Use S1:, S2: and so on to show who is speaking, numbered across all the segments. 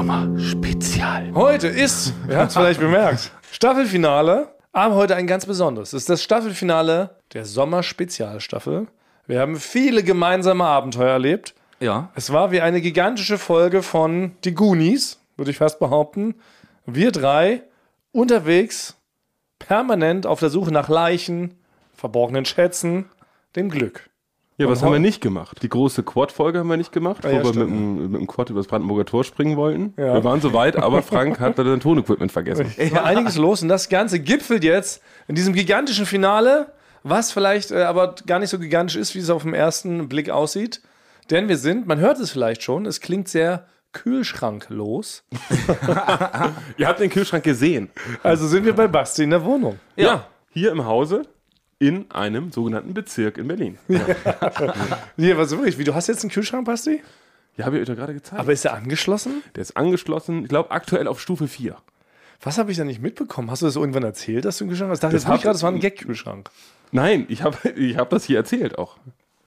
S1: Sommerspezial.
S2: Heute ist, wir haben es vielleicht bemerkt, Staffelfinale, aber heute ein ganz besonderes. Es ist das Staffelfinale der Sommerspezialstaffel. Wir haben viele gemeinsame Abenteuer erlebt.
S1: Ja.
S2: Es war wie eine gigantische Folge von Die Goonies, würde ich fast behaupten. Wir drei unterwegs, permanent auf der Suche nach Leichen, verborgenen Schätzen, dem Glück.
S3: Ja, was haben wir nicht gemacht? Die große Quad-Folge haben wir nicht gemacht,
S2: Ah ja,
S3: wo wir
S2: stimmt,
S3: mit dem, mit dem Quad übers Brandenburger Tor springen wollten.
S2: Ja.
S3: Wir waren soweit, aber Frank hat dann sein Tonequipment vergessen.
S2: Es war einiges los und das Ganze gipfelt jetzt in diesem gigantischen Finale, was vielleicht äh, aber gar nicht so gigantisch ist, wie es auf den ersten Blick aussieht. Denn wir sind, man hört es vielleicht schon, es klingt sehr kühlschranklos.
S3: Ihr habt den Kühlschrank gesehen.
S2: Also sind wir bei Basti in der Wohnung.
S3: Ja. Hier im Hause in einem sogenannten Bezirk in Berlin.
S2: Hier, was übrig? Wie, du hast jetzt einen Kühlschrank, Basti?
S3: Ja, habe ich euch doch gerade gezeigt.
S2: Aber ist er angeschlossen?
S3: Der ist angeschlossen, ich glaube, aktuell auf Stufe 4.
S2: Was habe ich da nicht mitbekommen? Hast du das irgendwann erzählt, dass du einen Kühlschrank hast? Ich dachte
S3: Das
S2: jetzt wirklich
S3: hab-
S2: gerade, das war ein Gag-Kühlschrank.
S3: Nein, ich habe ich hab das hier erzählt auch.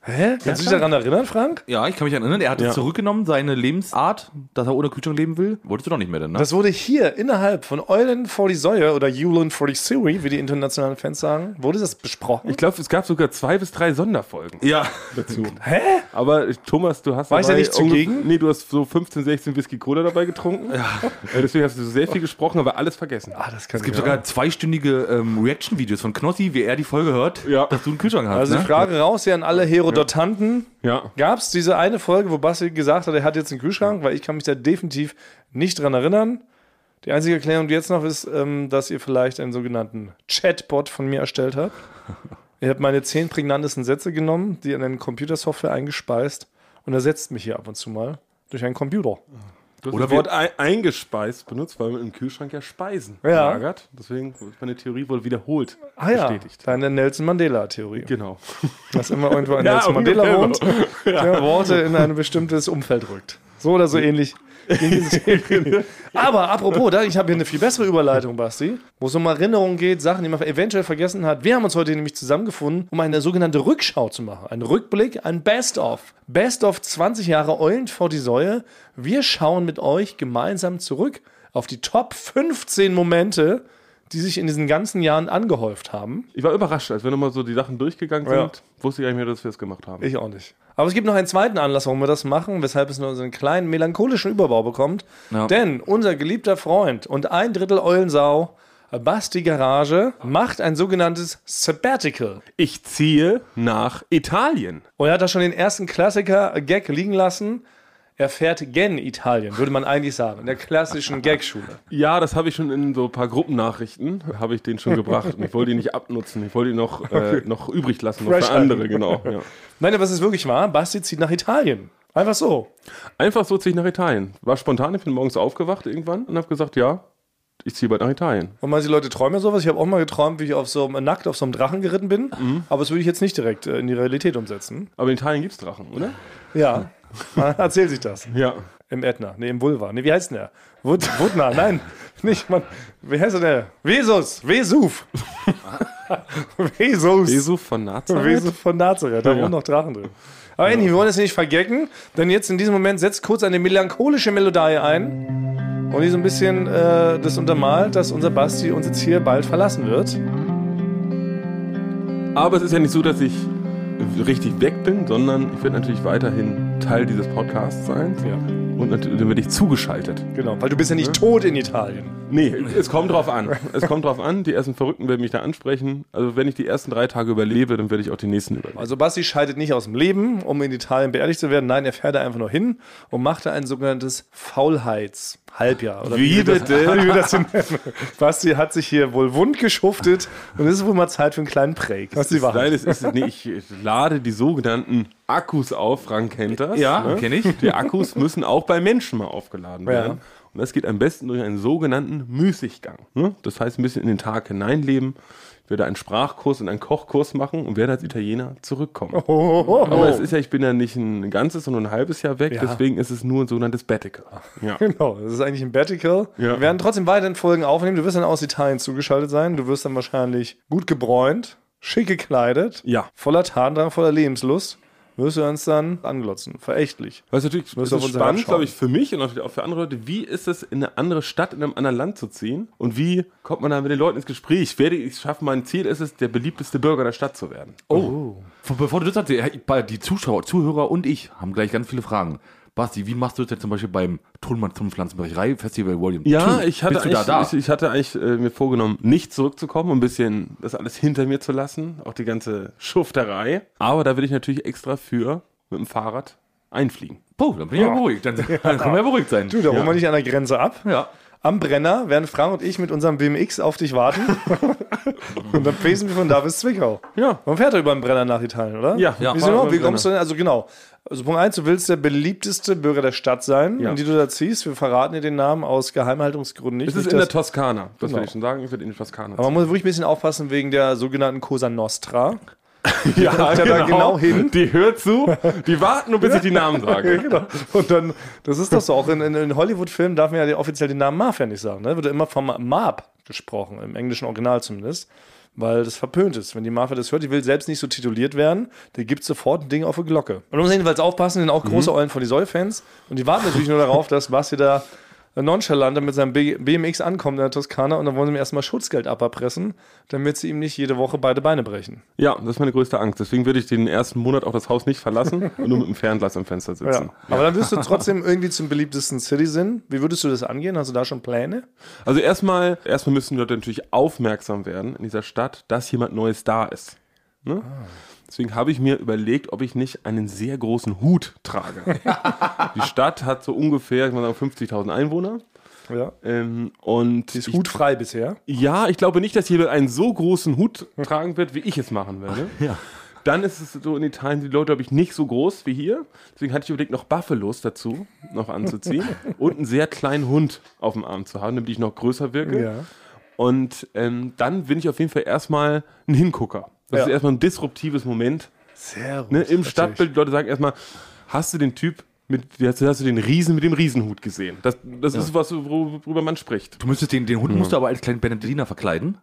S2: Hä? Kannst du dich daran erinnern, Frank?
S1: Ja, ich kann mich erinnern, er hatte
S3: Ja.
S1: zurückgenommen seine Lebensart, dass er ohne Kühlschrank leben will. Wolltest du doch nicht mehr denn, ne?
S2: Das wurde hier innerhalb von Eulen vor die Säue oder Eulen vor die Siri, wie die internationalen Fans sagen, wurde das besprochen?
S3: Ich glaube, es gab sogar zwei bis drei Sonderfolgen
S1: ja.
S3: dazu.
S2: Hä?
S3: Aber äh, Thomas, du hast
S2: War ich da
S3: dabei
S2: nicht
S3: ungef-
S2: zugegen?
S3: Nee, du hast so 15, 16 Whisky Cola dabei getrunken. Äh, Deswegen hast du sehr viel gesprochen, aber alles vergessen.
S2: Ah, das kann
S1: Es gibt sogar zweistündige ähm, Reaction-Videos von Knossi, wie er die Folge hört,
S3: Ja.
S1: dass du einen Kühlschrank hast.
S2: Also die
S1: ne?
S2: Frage raus hier an alle Herodotanten.
S3: Ja.
S2: Gab es diese eine Folge, wo Basti gesagt hat, er hat jetzt einen Kühlschrank? Weil ich kann mich da definitiv nicht dran erinnern. Die einzige Erklärung, die jetzt noch ist, ähm, dass ihr vielleicht einen sogenannten Chatbot von mir erstellt habt. Ihr habt meine zehn prägnantesten Sätze genommen, die in eine Computersoftware eingespeist und ersetzt mich hier ab und zu mal durch einen Computer.
S3: Du hast
S1: Oder
S3: das Wort ei- eingespeist benutzt, weil man im Kühlschrank ja Speisen
S2: Ja.
S3: lagert. Deswegen ist meine Theorie wohl wiederholt
S2: Ah ja,
S3: bestätigt.
S2: deine Nelson Mandela-Theorie.
S3: Genau.
S2: Dass immer irgendwo ein
S3: Ja, um
S2: Nelson
S3: genau.
S2: Mandela wohnt,
S3: ungefähr
S2: der Worte in ein bestimmtes Umfeld rückt. So oder so ähnlich. ging diese Theorie. Aber apropos, da, ich habe hier eine viel bessere Überleitung, Basti, wo es um Erinnerungen geht, Sachen, die man eventuell vergessen hat. Wir haben uns heute nämlich zusammengefunden, um eine sogenannte Rückschau zu machen. Ein Rückblick, ein Best-of. Best-of 20 Jahre Eulen vor die Säue. Wir schauen mit euch gemeinsam zurück auf die Top 15 Momente, die sich in diesen ganzen Jahren angehäuft haben.
S3: Ich war überrascht, als wir nochmal so die Sachen durchgegangen sind,
S2: Ja.
S3: wusste ich gar nicht mehr, dass wir es gemacht haben.
S2: Ich auch nicht. Aber es gibt noch einen zweiten Anlass, warum wir das machen, weshalb es nur so einen kleinen melancholischen Überbau bekommt.
S1: Ja.
S2: Denn unser geliebter Freund und ein Drittel Eulensau, Basti Garage, macht ein sogenanntes Sabbatical.
S3: ich ziehe nach Italien.
S2: Und er hat da schon den ersten Klassiker-Gag liegen lassen. Er fährt gen Italien, würde man eigentlich sagen, in der klassischen Gagschule.
S3: Ja, das habe ich schon in so ein paar Gruppennachrichten, habe ich den schon gebracht. Und ich wollte ihn nicht abnutzen, ich wollte ihn noch, äh, noch übrig lassen, noch
S2: Fresh
S3: für andere, genau. Ja.
S2: Nein, aber es ist wirklich wahr, Basti zieht nach Italien. Einfach so.
S3: Einfach so ziehe ich nach Italien. War spontan, ich bin morgens aufgewacht irgendwann und habe gesagt, ja, ich ziehe bald nach Italien.
S2: Und manche Leute träumen ja sowas. Ich habe auch mal geträumt, wie ich auf so einem, nackt auf so einem Drachen geritten bin. Aber das würde ich jetzt nicht direkt äh, in die Realität umsetzen.
S3: Aber in Italien gibt es Drachen, oder?
S2: Ja. Man erzählt Ah, sich das.
S3: Ja.
S2: Im Ätna. Nee, im Vulva. Nee, wie heißt denn der? Wut, Wutna. Nein, nicht, Mann. Wie heißt denn der? Vesus. Vesuv. Vesus.
S3: Jesu von Nazareth.
S2: Vesus von Nazareth. Da wohnen noch Drachen drin. Aber anyway, wir wollen das nicht vergecken, denn jetzt in diesem Moment setzt kurz eine melancholische Melodie ein und die so ein bisschen äh, das untermalt, dass unser Basti uns jetzt hier bald verlassen wird.
S3: Aber es ist ja nicht so, dass ich richtig weg bin, sondern ich werde natürlich weiterhin Teil dieses Podcasts sein.
S2: Ja.
S3: Und natürlich dann werde ich zugeschaltet.
S2: Genau, weil du bist ja nicht tot in Italien.
S3: Nee, es kommt drauf an. Es kommt drauf an. Die ersten Verrückten werden mich da ansprechen. Also wenn ich die ersten drei Tage überlebe, dann werde ich auch die nächsten überleben.
S2: Also Basti scheidet nicht aus dem Leben, um in Italien beerdigt zu werden. Nein, er fährt da einfach nur hin und macht da ein sogenanntes Faulheitshalbjahr. Oder
S3: Wie
S2: wir das- Wie wir das denn nennen. Basti hat sich hier wohl wund geschuftet und es ist wohl mal Zeit für einen kleinen Präg. Was die Wahrheit.
S3: Nein, es ist nee, ich äh, lade die sogenannten Akkus auf, Frank kennt das.
S1: Ja, kenn ich.
S3: Die Akkus müssen auch bei Menschen mal aufgeladen werden. Und das geht am besten durch einen sogenannten Müßiggang. Ne? Das heißt, ein bisschen in den Tag hineinleben. Ich werde einen Sprachkurs und einen Kochkurs machen und werde als Italiener zurückkommen.
S2: Oh, oh,
S3: Aber
S2: oh.
S3: es ist ja, ich bin ja nicht ein ganzes, sondern ein halbes Jahr weg, deswegen ist es nur ein sogenanntes Battical.
S1: Ah.
S3: Ja.
S2: Genau, das ist eigentlich ein Vertical.
S3: Ja.
S2: Wir werden trotzdem weiterhin Folgen aufnehmen. Du wirst dann aus Italien zugeschaltet sein. Du wirst dann wahrscheinlich gut gebräunt, schick gekleidet,
S3: Ja.
S2: voller Tatendrang, voller Lebenslust. müsste uns dann anglotzen. Verächtlich.
S3: Weil es natürlich
S2: Müssen
S3: ist
S2: wir auf
S3: es
S2: uns
S3: spannend,
S2: herabschauen.
S3: glaube ich, für mich und natürlich auch für andere Leute, wie ist es, in eine andere Stadt, in einem anderen Land zu ziehen? Und wie kommt man da mit den Leuten ins Gespräch? Werde ich es schaffen? Mein Ziel ist es, der beliebteste Bürger der Stadt zu werden.
S1: Oh. Von- Bevor du das sagst, die die Zuschauer, Zuhörer und ich haben gleich ganz viele Fragen. Basti, wie machst du das jetzt zum Beispiel beim Tonmann zum Pflanzenbrecherei Festival Volume
S3: Ja,
S1: Two?
S3: ich hatte,
S1: Bist du da,
S3: eigentlich,
S1: da?
S3: Ich, ich hatte eigentlich äh, mir vorgenommen, nicht zurückzukommen, und ein bisschen das alles hinter mir zu lassen, auch die ganze Schufterei. Aber da will ich natürlich extra für mit dem Fahrrad einfliegen.
S1: Puh, dann bin ich ja beruhigt. Dann, dann können wir ja beruhigt sein.
S2: Du, da holen wir nicht an der Grenze ab.
S1: Ja.
S2: Am Brenner werden Frank und ich mit unserem BMX auf dich warten. und dann pesen wir von da bis Zwickau.
S3: Ja.
S2: Man fährt doch über den Brenner nach Italien, oder?
S3: Ja,
S1: ja.
S2: Wie,
S3: fahren
S2: sind
S3: wir
S2: wir, wie
S3: über den
S2: kommst du denn? Also genau. Also Punkt eins, du willst der beliebteste Bürger der Stadt sein,
S3: Ja.
S2: in die du da ziehst. Wir verraten dir den Namen aus Geheimhaltungsgründen nicht.
S3: Es ist
S2: nicht
S3: in der
S2: dass-
S3: Toskana, das
S2: Genau.
S3: will ich schon sagen. Ich werde in der Toskana.
S2: Aber man muss wirklich ein bisschen aufpassen wegen der sogenannten Cosa Nostra.
S3: ja,
S2: ja da genau hin.
S3: Die hört zu, die warten nur, bis ich die Namen sage.
S2: genau. Und dann, das ist doch so, auch in, in, in Hollywood-Filmen darf man ja die- offiziell den Namen Mafia nicht sagen. Ne? Wird ja immer vom Marb gesprochen, im englischen Original zumindest, weil das verpönt ist. Wenn die Mafia das hört, die will selbst nicht so tituliert werden, der gibt sofort ein Ding auf die Glocke. Und man muss jedenfalls aufpassen, denn auch große Eulen von die Säu-Fans. Und die warten natürlich nur darauf, dass Basti da nonchalant mit seinem B BMX ankommt in der Toskana und dann wollen sie ihm erstmal Schutzgeld aberpressen, damit sie ihm nicht jede Woche beide Beine brechen.
S3: Ja, das ist meine größte Angst. Deswegen würde ich den ersten Monat auch das Haus nicht verlassen und nur mit dem Fernglas am Fenster sitzen.
S2: Ja. Aber dann wirst du trotzdem irgendwie zum beliebtesten Citizen. Wie würdest du das angehen? Hast du da schon Pläne?
S3: Also erstmal, erstmal müssen die Leute natürlich aufmerksam werden in dieser Stadt, dass jemand Neues da ist. Ne? Deswegen habe ich mir überlegt, ob ich nicht einen sehr großen Hut trage. die Stadt hat so ungefähr, ich muss sagen, 50.000 Einwohner.
S2: Ja.
S3: Ähm, und
S2: Ist
S3: ich,
S2: hutfrei bisher.
S3: ja, ich glaube nicht, dass jemand einen so großen Hut tragen wird, wie ich es machen werde.
S1: Ja.
S3: Dann ist es so in Italien, die Leute, glaube ich, nicht so groß wie hier. Deswegen hatte ich überlegt, noch Buffalos dazu noch anzuziehen und einen sehr kleinen Hund auf dem Arm zu haben, damit ich noch größer wirke. Und ähm, dann bin ich auf jeden Fall erstmal ein Hingucker. Das
S2: Ja.
S3: ist erstmal ein disruptives Moment.
S2: Sehr gut.
S3: Ne? Im Stadtbild, die Leute sagen erstmal, hast du den Typ mit, hast du, hast du den Riesen mit dem Riesenhut gesehen? Das, das ist was, worüber man spricht.
S1: Du müsstest den, den Hund musst du aber als kleinen Bernardiner verkleiden,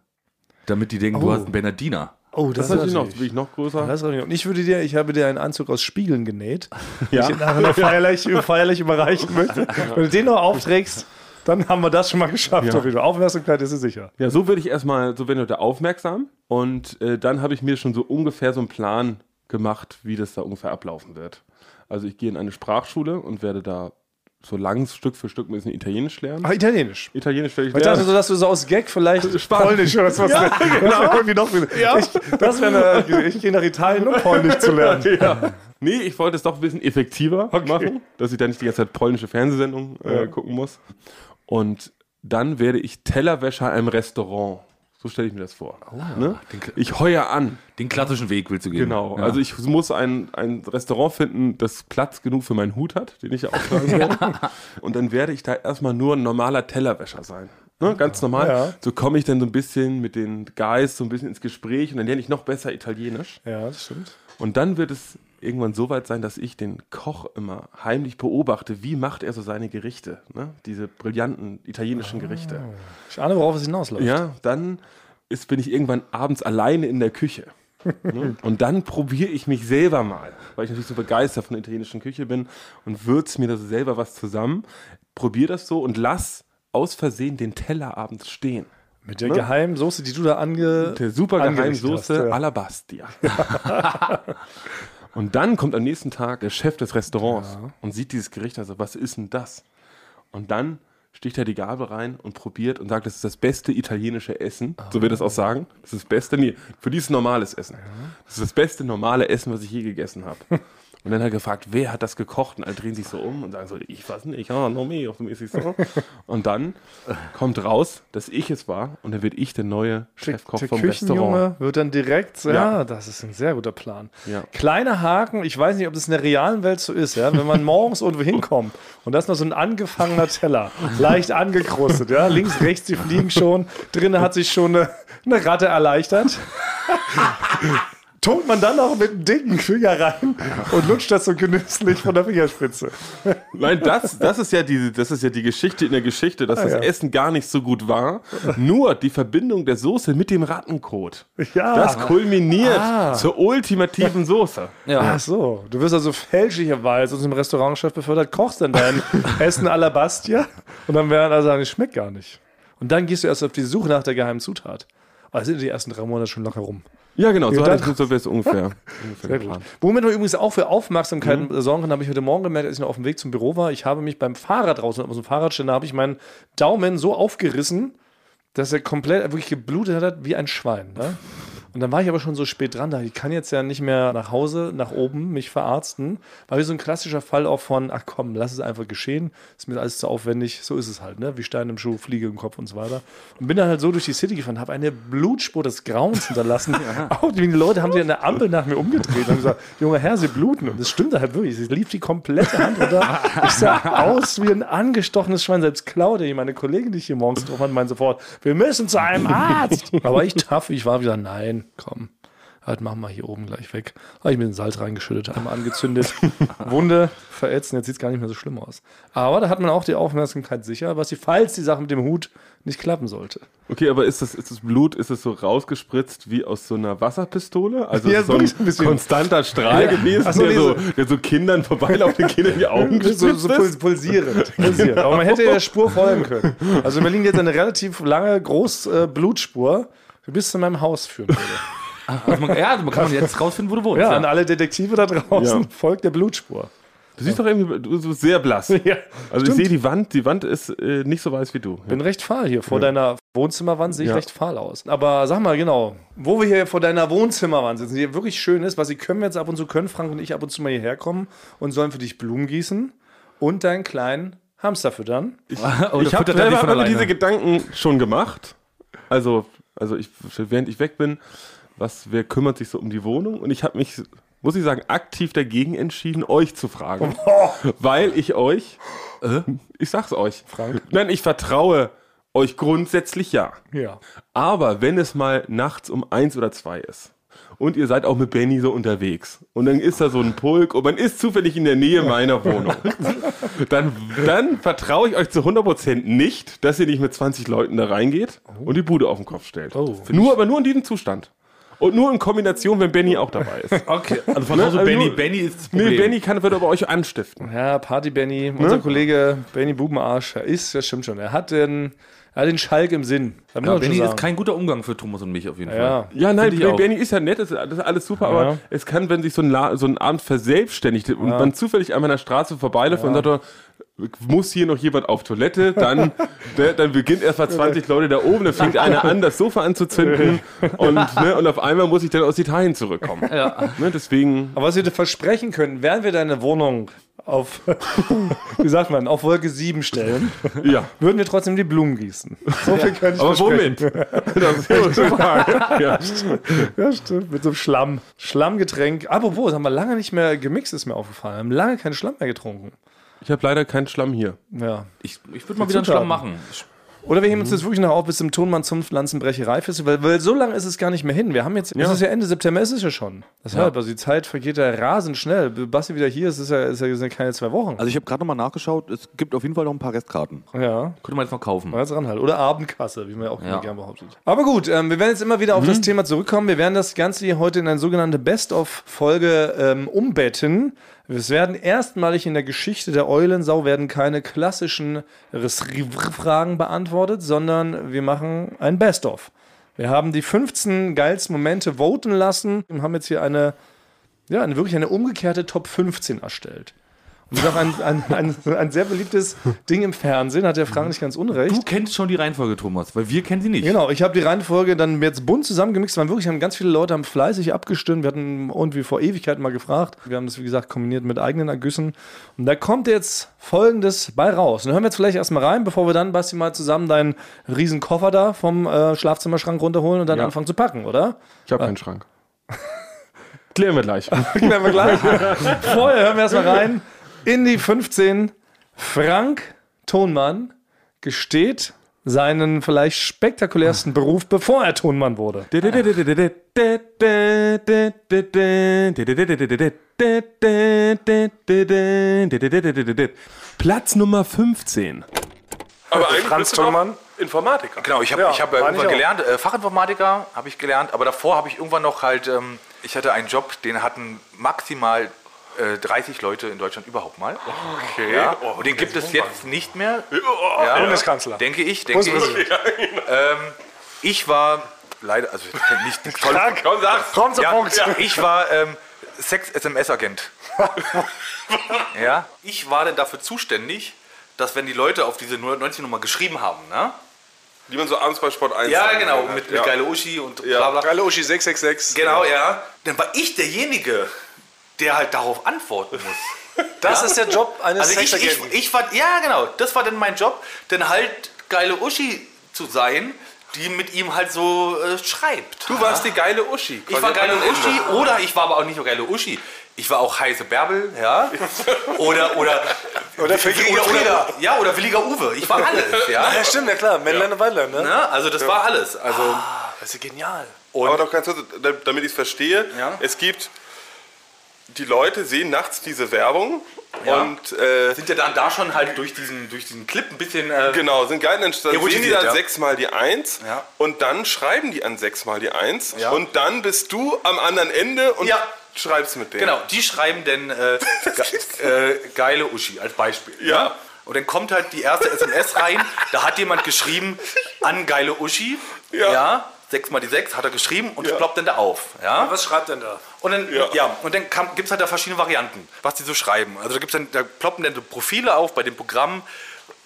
S1: damit die denken, du
S2: Oh.
S1: hast einen Bernardiner.
S2: Oh,
S3: Das,
S2: das,
S3: ist
S2: ist
S3: natürlich noch, bin
S2: natürlich-
S3: ich noch größer.
S2: Das ist natürlich noch. Und ich würde dir, ich habe dir einen Anzug aus Spiegeln genäht,
S3: Ja.
S2: den ich nachher noch feierlich, feierlich überreichen möchte. Wenn du den noch aufträgst, dann haben wir das schon mal geschafft.
S3: Ja.
S2: Auf jeden Fall. Aufmerksamkeit ist es sicher.
S3: Ja, so würde ich erstmal, so werden Leute aufmerksam. Und äh, dann habe ich mir schon so ungefähr so einen Plan gemacht, wie das da ungefähr ablaufen wird. Also ich gehe in eine Sprachschule und werde da so lang Stück für Stück ein bisschen Italienisch lernen.
S2: Ach, Italienisch.
S3: Italienisch werde ich
S2: Ich dachte
S3: lernen.
S2: so, dass du so aus Gag vielleicht
S3: Also Spanisch.
S2: Polnisch oder so was. Ja, genau. Irgendwie noch ja. ich, das wäre eine, ich gehe nach Italien, um Polnisch zu lernen.
S3: ja. Nee, ich wollte es doch ein bisschen effektiver machen, dass ich da nicht die ganze Zeit polnische Fernsehsendungen äh, gucken muss. Und dann werde ich Tellerwäscher einem Restaurant. So stelle ich mir das vor. ne? Ich heuer an.
S1: Den klassischen Weg willst du gehen.
S3: Genau,
S1: Ja.
S3: also ich muss ein, ein Restaurant finden, das Platz genug für meinen Hut hat, den ich ja auftragen werde. Und dann werde ich da erstmal nur ein normaler Tellerwäscher sein. Ne, ganz normal.
S2: Ja.
S3: So komme ich dann so ein bisschen mit den Guys so ein bisschen ins Gespräch und dann lerne ich noch besser Italienisch.
S2: Ja, das stimmt.
S3: Und dann wird es irgendwann so weit sein, dass ich den Koch immer heimlich beobachte, wie macht er so seine Gerichte, ne? diese brillanten italienischen Gerichte.
S2: Ich ahne, worauf es hinausläuft.
S3: Ja, dann ist, bin ich irgendwann abends alleine in der Küche. Ne? und dann probiere ich mich selber mal, weil ich natürlich so begeistert von der italienischen Küche bin und würze mir da so selber was zusammen. Probier das so und lass aus Versehen den Teller abends stehen.
S2: Mit der geheimen Soße, die du da ange.
S3: Ne? Der super geheimen
S2: angerichtet hast,
S3: Soße
S2: ja.
S3: Alabastia. und dann kommt am nächsten Tag der Chef des Restaurants und sieht dieses Gericht und sagt, was ist denn das? Und dann sticht er die Gabel rein und probiert und sagt, das ist das beste italienische Essen. So wird er es auch sagen. Das ist das beste, nee, für die ist es normales Essen. Das ist das beste normale Essen, was ich je gegessen habe. Und dann hat er gefragt, wer hat das gekocht? Und alle drehen sich so um und sagen so, ich weiß nicht, ja, noch mehr, auf dem mäßig so. Und dann kommt raus, dass ich es war und dann wird ich der neue
S2: Der,
S3: Chefkoch
S2: der
S3: vom
S2: Küchenjunge
S3: Restaurant.
S2: wird dann direkt, ja.
S3: Ja.
S2: das ist ein sehr guter Plan.
S3: Ja.
S2: Kleiner Haken, ich weiß nicht, ob das in der realen Welt so ist, ja, wenn man morgens irgendwo hinkommt und da ist noch so ein angefangener Teller, leicht angekrustet, ja, links, rechts, die fliegen schon, drinnen hat sich schon eine, eine Ratte erleichtert. tunkt man dann auch mit einem dicken Finger rein und lutscht das so genüsslich von der Fingerspitze.
S3: Nein, das, das, ist ja die, das ist ja die Geschichte in der Geschichte, dass das
S2: Ah, ja.
S3: Essen gar nicht so gut war. Nur die Verbindung der Soße mit dem Rattenkot.
S2: Ja.
S3: Das kulminiert
S2: Ah.
S3: zur ultimativen Soße.
S1: Ja.
S2: Ach so, du wirst also fälschlicherweise aus dem Restaurantchef befördert, kochst dann dein Essen à la Bastia und dann werden alle sagen, es schmeckt gar nicht. Und dann gehst du erst auf die Suche nach der geheimen Zutat. Aber sind die ersten drei Monate schon locker rum.
S3: Ja, genau, so,
S2: Ja,
S3: hat
S2: dann-
S3: ich, so wäre es ungefähr. ungefähr
S2: Sehr gut.
S3: geplant.
S2: Womit man übrigens auch für Aufmerksamkeit sorgen kann, habe ich heute Morgen gemerkt, als ich noch auf dem Weg zum Büro war. Ich habe mich beim Fahrrad draußen, auf so einem Fahrradständer, habe ich meinen Daumen so aufgerissen, dass er komplett wirklich geblutet hat wie ein Schwein. Ne? Und dann war ich aber schon so spät dran, da ich kann jetzt ja nicht mehr nach Hause, nach oben, mich verarzten. War wie so ein klassischer Fall auch von, ach komm, lass es einfach geschehen, ist mir alles zu aufwendig, so ist es halt, ne? Wie Stein im Schuh, Fliege im Kopf und so weiter. Und bin dann halt so durch die City gefahren, habe eine Blutspur des Grauens hinterlassen. Auch die Leute haben sich an der Ampel nach mir umgedreht und gesagt, junger Herr, Sie bluten. Und das stimmte halt wirklich, sie lief die komplette Hand runter. Ich sah aus wie ein angestochenes Schwein, selbst Claudia, meine Kollegin, die ich hier morgens drauf hatte, meinte sofort, wir müssen zu einem Arzt. Aber ich taff, ich war wieder, nein, komm. Halt, machen wir hier oben gleich weg. Habe ich mir den Salz reingeschüttet, einmal angezündet. Wunde verätzen, jetzt sieht es gar nicht mehr so schlimm aus. Aber da hat man auch die Aufmerksamkeit sicher, was die, falls die Sache mit dem Hut nicht klappen sollte.
S3: Okay, aber ist das, ist das Blut, ist es so rausgespritzt wie aus so einer Wasserpistole? Also
S2: Ja,
S3: ist so ein,
S2: wirklich ein bisschen.
S3: konstanter Strahl gewesen,
S2: Ach so,
S3: der,
S2: nee,
S3: so,
S2: so-
S3: der so Kindern vorbeilaufenden Kindern in die Augen
S2: So,
S3: gespritzt
S2: so
S3: ist.
S2: puls pulsierend. pulsierend. Aber man hätte der Spur folgen können. Also in Berlin jetzt eine relativ lange groß äh, Blutspur die bis zu meinem Haus führen würde.
S1: Also man, ja, man kann jetzt rausfinden, wo du wohnst.
S2: Ja, an alle Detektive da draußen
S3: Ja.
S2: folgt der Blutspur.
S3: Du siehst doch irgendwie du bist sehr blass.
S2: Ja,
S3: Also ich sehe die Wand, die Wand ist äh, nicht so weiß wie du.
S2: bin recht fahl hier. Vor deiner Wohnzimmerwand sehe ich
S3: Ja.
S2: recht fahl aus. Aber sag mal genau, wo wir hier vor deiner Wohnzimmerwand sitzen, die wirklich schön ist, was sie können wir jetzt ab und zu können, Frank und ich ab und zu mal hierher kommen und sollen für dich Blumen gießen und deinen kleinen Hamster füttern.
S1: Oder
S3: ich habe
S1: füttert er dich von
S3: selber hab mir
S1: alleine?
S3: diese Gedanken schon gemacht. Also, also ich, während ich weg bin, was, wer kümmert sich so um die Wohnung? Und ich habe mich, muss ich sagen, aktiv dagegen entschieden, euch zu fragen. Weil ich euch,
S1: Äh?
S3: ich sag's euch,
S2: Frank?
S3: nein, ich vertraue euch grundsätzlich ja.
S2: Ja.
S3: Aber wenn es mal nachts um eins oder zwei ist und ihr seid auch mit Benny so unterwegs und dann ist da so ein Pulk und man ist zufällig in der Nähe meiner Wohnung, dann, dann vertraue ich euch zu 100% nicht, dass ihr nicht mit 20 Leuten da reingeht und die Bude auf den Kopf stellt. Nur, aber nur in diesem Zustand. Und nur in Kombination, wenn Benny auch dabei ist.
S1: Okay, also von Hause
S3: also
S1: Benny.
S3: nur-
S1: Benny ist das Problem.
S3: Nee, Benny kann, wird aber euch anstiften.
S2: Ja, Party Benny,
S1: Ne?
S2: unser Kollege Benny Bubenarsch, er ist, das stimmt schon, er hat den, er hat den Schalk im Sinn. Da muss
S1: Ja,
S2: man schon
S1: Benny
S2: sagen.
S1: ist kein guter Umgang für Thomas und mich auf jeden
S2: Ja.
S1: Fall.
S3: Ja, nein,
S1: Finde ich auch.
S3: Benny ist ja nett, das ist das ist alles super, aber
S2: Ja.
S3: es kann, wenn sich so ein, La so ein Abend verselbstständigt und man zufällig an meiner Straße vorbeiläuft und sagt, oh, muss hier noch jemand auf Toilette, dann, der, dann beginnt erst mal 20 Leute da oben, dann fängt einer an, das Sofa anzuzünden und, ne, und auf einmal muss ich dann aus Italien zurückkommen. Ne, deswegen,
S2: Aber was wir dir versprechen können, werden wir deine Wohnung auf, wie sagt man, auf Wolke 7 stellen,
S3: ja.
S2: würden wir trotzdem die Blumen gießen. So viel können ich
S3: Aber womit? Das ist eine gute Frage. Ja.
S2: Ja, stimmt. Mit so einem Schlamm. Schlammgetränk. Apropos, das haben wir lange nicht mehr gemixt, ist mir aufgefallen. Wir haben lange keinen Schlamm mehr getrunken.
S3: Ich habe leider keinen Schlamm hier.
S2: Ja.
S1: Ich, ich würde mal wieder einen Schlamm machen.
S2: Oder wir heben uns das wirklich noch auf bis zum Tonmann zum Pflanzenbrecherei-Festival, weil so lange ist es gar nicht mehr hin. Wir haben jetzt, es ist ja Ende September, ist es ja schon. Deshalb, also die Zeit vergeht ja rasend schnell. Basti wieder hier ist, ist ja, ist ja sind keine zwei Wochen.
S4: Also ich habe gerade nochmal nachgeschaut, es gibt auf jeden Fall noch ein paar Restkarten.
S2: ja.
S1: Könnte man jetzt noch kaufen.
S2: Mal jetzt ran halt. Oder Abendkasse, wie man ja auch
S1: Ja.
S2: gerne behauptet. Aber gut, ähm, wir werden jetzt immer wieder auf das Thema zurückkommen. Wir werden das Ganze hier heute in eine sogenannte Best-of-Folge ähm, umbetten. Es werden erstmalig in der Geschichte der Eulensau werden keine klassischen Fragen beantwortet, sondern wir machen ein Best-of. Wir haben die 15 geilsten Momente voten lassen und haben jetzt hier eine, ja, eine, wirklich eine umgekehrte Top 15 erstellt. Und das ist auch ein, ein, ein, ein sehr beliebtes Ding im Fernsehen, hat der Frank nicht ganz unrecht.
S1: Du kennst schon die Reihenfolge, Thomas, weil wir kennen sie nicht.
S2: Genau, ich habe die Reihenfolge dann jetzt bunt zusammengemixt, weil wirklich haben ganz viele Leute haben fleißig abgestimmt. Wir hatten irgendwie vor Ewigkeiten mal gefragt. Wir haben das, wie gesagt, kombiniert mit eigenen Ergüssen. Und da kommt jetzt folgendes bei raus. Und dann hören wir jetzt vielleicht erstmal rein, bevor wir dann, Basti, mal zusammen deinen riesen Koffer da vom äh, Schlafzimmerschrank runterholen und dann
S3: Ja.
S2: anfangen zu packen, oder?
S1: Ah.
S3: Ich habe keinen Schrank. Klären wir gleich.
S2: Klären wir gleich. Vorher hören wir erstmal rein. In die 15. Frank Tonmann gesteht seinen vielleicht spektakulärsten Beruf, bevor er Tonmann wurde.
S3: Platz Nummer 15.
S5: Aber eigentlich Äh, Franz Thunmann.
S3: Informatiker.
S5: Genau, ich habe ich hab ja
S2: meine ich
S5: irgendwann
S2: auch.
S5: gelernt, äh, Fachinformatiker habe ich gelernt, aber davor habe ich irgendwann noch halt, ähm, ich hatte einen Job, den hatten maximal äh, 30 Leute in Deutschland überhaupt mal. Okay. Ja, und den gibt es jetzt nicht mehr. Ja,
S2: Bundeskanzler.
S5: Denke ich, denke ich. Ähm, ich war leider, also nicht nichts Tolles.
S3: Komm, sag's.
S2: Komm zum
S5: Ja,
S2: Punkt.
S5: ja. Ich war ähm, Sex-SMS-Agent. ja? Ich war denn dafür zuständig, dass wenn die Leute auf diese 090-Nummer geschrieben haben, ne?
S6: Die man so abends bei Sport 1
S5: Ja,
S6: dann
S5: genau,
S6: hat.
S5: mit, mit
S6: ja.
S5: geile Uschi und
S6: Ja.
S5: bla bla.
S6: Geile Uschi 666.
S5: Genau, ja. Dann war ich derjenige, der halt darauf antworten muss.
S2: Das
S5: Ja?
S2: ist der Job eines
S5: Also ich, ich,
S2: Sexagenten.
S5: ich war, ja genau, das war dann mein Job, dann halt geile Uschi zu sein, die mit ihm halt so äh, schreibt.
S6: Du warst die geile Uschi.
S5: Ich war
S6: quasi
S5: geile
S6: am Ende.
S5: Uschi oder ich war aber auch nicht nur geile Uschi. Ich war auch heiße Bärbel, ja. Oder, oder,
S6: Oder Friederike
S5: oder,
S6: Frieda.
S5: oder, ja, oder williger Uwe. Ich war alles, ja.
S6: Ja, stimmt, ja klar. Männlein und Weiblein, ne?
S5: Ne? Also das war alles. Also,
S6: Das ist genial. Aber doch ganz kurz, da- damit ich es verstehe,
S5: Ja.
S6: es gibt, die Leute sehen nachts diese Werbung
S5: Ja.
S6: und äh,
S5: sind ja dann da schon halt durch diesen, durch diesen Clip ein bisschen. Äh,
S6: genau, sind geil, dann dann sehen die
S5: Erotisiert,
S6: dann
S5: ja.
S6: sechsmal die Eins
S5: Ja.
S6: und dann schreiben die an sechsmal die Eins
S5: Ja.
S6: und dann bist du am anderen Ende und
S5: Ja.
S6: schreibst mit denen.
S5: Genau, die schreiben denn äh, ge äh, geile Uschi als Beispiel.
S6: Ja.
S5: ne? Und dann kommt halt die erste SMS rein, da hat jemand geschrieben, an geile Uschi.
S6: Ja.
S5: ja sechs mal die sechs hat er geschrieben und es ploppt dann da auf. Ja.
S2: Was schreibt denn da?
S5: Und dann, ja.
S6: Ja.
S5: und dann gibt es halt da verschiedene Varianten, was die so schreiben. Also da, gibt's dann, da ploppen dann so Profile auf bei dem Programm,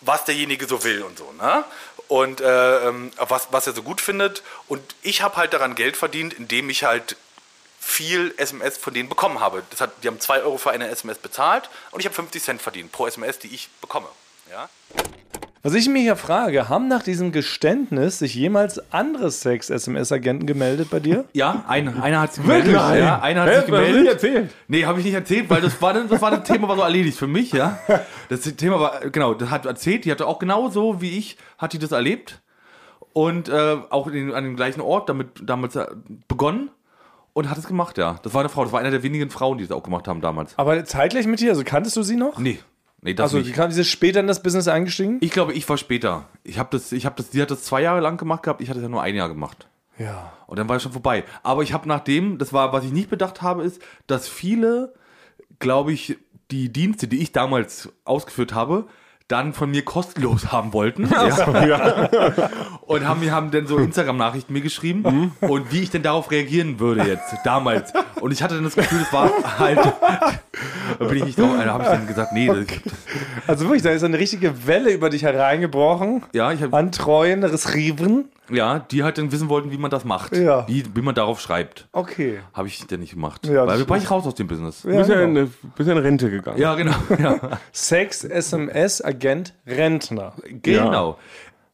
S5: was derjenige so will und so. Ne? Und äh, ähm, was, was er so gut findet. Und ich habe halt daran Geld verdient, indem ich halt viel SMS von denen bekommen habe. Das hat, die haben 2 Euro für eine SMS bezahlt und ich habe 50 Cent verdient pro SMS, die ich bekomme. Ja?
S2: Was ich mich ja frage, haben nach diesem Geständnis sich jemals andere Sex-SMS-Agenten gemeldet bei dir?
S1: Ja, ein, einer hat sich gemeldet. Ja, einer hat sich gemeldet. Nee, habe ich nicht erzählt, weil das war dann, das war das Thema war so erledigt für mich, ja. Das Thema war genau, das hat erzählt, die hatte auch genauso wie ich hat die das erlebt und äh, auch in, den- an dem gleichen Ort damit damals äh, begonnen und hat es gemacht, ja. Das war eine Frau, das war einer der wenigen Frauen, die das auch gemacht haben damals.
S2: Aber zeitgleich mit dir? Also kanntest du sie noch?
S1: Nee, nee, das
S2: Also, die
S1: nicht.
S2: kam diese später in das Business eingestiegen?
S1: Ich glaube, ich war später. Ich habe das, ich habe das, die hat das zwei Jahre lang gemacht gehabt, ich hatte das ja nur ein Jahr gemacht.
S2: Ja.
S1: Und dann war es schon vorbei. Aber ich habe nachdem, das war, was ich nicht bedacht habe, ist, dass viele, glaube ich, die Dienste, die ich damals ausgeführt habe, dann von mir kostenlos haben wollten. Ja. Und haben mir haben dann so Instagram-Nachrichten mir geschrieben
S2: Mhm.
S1: und wie ich denn darauf reagieren würde jetzt, damals. Und ich hatte dann das Gefühl, das war halt. Da bin ich nicht drauf. Da habe ich dann gesagt, nee, das,
S2: Also wirklich, da ist eine richtige Welle über dich hereingebrochen.
S1: ja, ich habe
S2: An treuen Riven.
S1: ja, die halt dann wissen wollten, wie man das macht.
S2: Ja.
S1: Wie, wie man darauf schreibt.
S2: Okay.
S1: Habe ich dann nicht gemacht.
S2: Ja,
S1: Weil
S2: das
S1: wir war ich raus aus dem Business.
S3: Du bist ja in, bist ja in Rente gegangen.
S1: Ja, genau. Ja.
S2: Sex-SMS-Agent Rentner.
S1: Genau.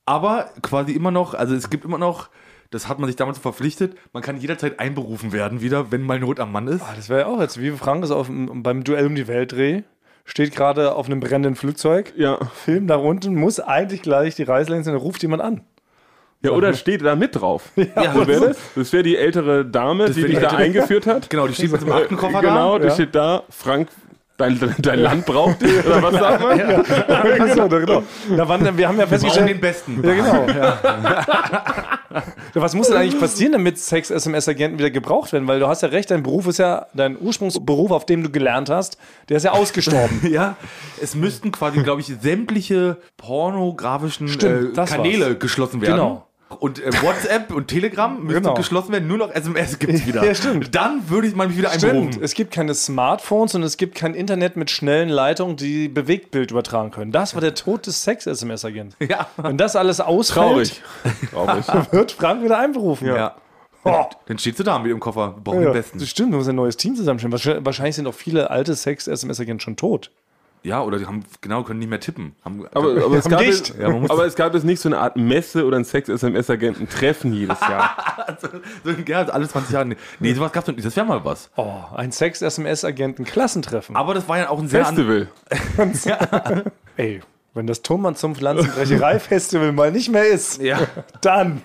S1: Aber quasi immer noch, also es gibt immer noch, das hat man sich damals verpflichtet, man kann jederzeit einberufen werden wieder, wenn mal Not am Mann ist.
S2: Ah, Das wäre ja auch jetzt, wie Frank ist auf, dem- beim Duell um die Welt dreh, steht gerade auf einem brennenden Flugzeug,
S3: Ja.
S2: Film da unten, muss eigentlich gleich die Reißleine sein, da ruft jemand an.
S3: Ja, oder steht da mit drauf. so wär das das wäre die ältere Dame, die
S1: wär
S3: dich
S1: die
S3: da
S1: ältere-
S3: eingeführt hat.
S1: Genau, die steht mit
S2: äh,
S1: dem Aktenkoffer
S3: Genau,
S1: da.
S3: die steht da, Frank, dein, dein, dein Land braucht dich, oder was sagt man?
S2: genau, genau. Da waren, wir haben ja
S1: Wir brauchen den
S2: festgestellt.
S1: Besten.
S2: Ja, genau. Ja, Was muss denn eigentlich passieren, damit Sex-SMS-Agenten wieder gebraucht werden? Weil du hast ja recht, dein Beruf ist ja, dein Ursprungsberuf, auf dem du gelernt hast, der ist ja ausgestorben.
S1: Ja, es müssten quasi, glaube ich, sämtliche pornografischen
S2: Stimmt,
S1: äh,
S2: das
S1: Kanäle
S2: war's.
S1: geschlossen werden.
S2: Genau.
S1: Und äh, WhatsApp und Telegram müssten
S2: Genau.
S1: geschlossen werden, nur noch SMS gibt es wieder.
S2: Ja, stimmt.
S1: Dann würde ich mal mich wieder
S2: Stimmt,
S1: einberufen.
S2: es gibt keine Smartphones und es gibt kein Internet mit schnellen Leitungen, die Bewegtbild übertragen können. Das war der Tod des Sex-SMS-Agenten.
S1: Ja.
S2: Wenn das alles ausfällt,
S3: Traurig. Traurig.
S2: wird Frank wieder einberufen.
S1: ja.
S2: Oh.
S1: Dann stehst du da mit dem Koffer. Wir brauchen
S2: Ja,
S1: den Besten.
S2: Das stimmt, du musst ein neues Team zusammenstellen. Wahrscheinlich- Wahrscheinlich sind auch viele alte Sex-SMS-Agenten schon tot.
S1: Ja, oder die haben, genau, können nicht mehr tippen. Haben,
S3: Aber, aber, es gab
S2: dicht.
S3: es,
S1: Ja, man muss-
S3: aber es gab jetzt nicht so eine Art Messe oder ein Sex-SMS-Agenten-Treffen jedes Jahr.
S1: So, ja, Also alle 20 Jahre. Nee, sowas gab's noch nicht. Das wäre mal was.
S2: Oh, ein Sex-SMS-Agenten-Klassentreffen.
S1: Aber das war ja auch ein sehr an-
S3: Festival.
S2: Ey, Wenn das Thomann zum Pflanzenbrecherei-Festival mal nicht mehr ist,
S1: Ja.
S2: dann.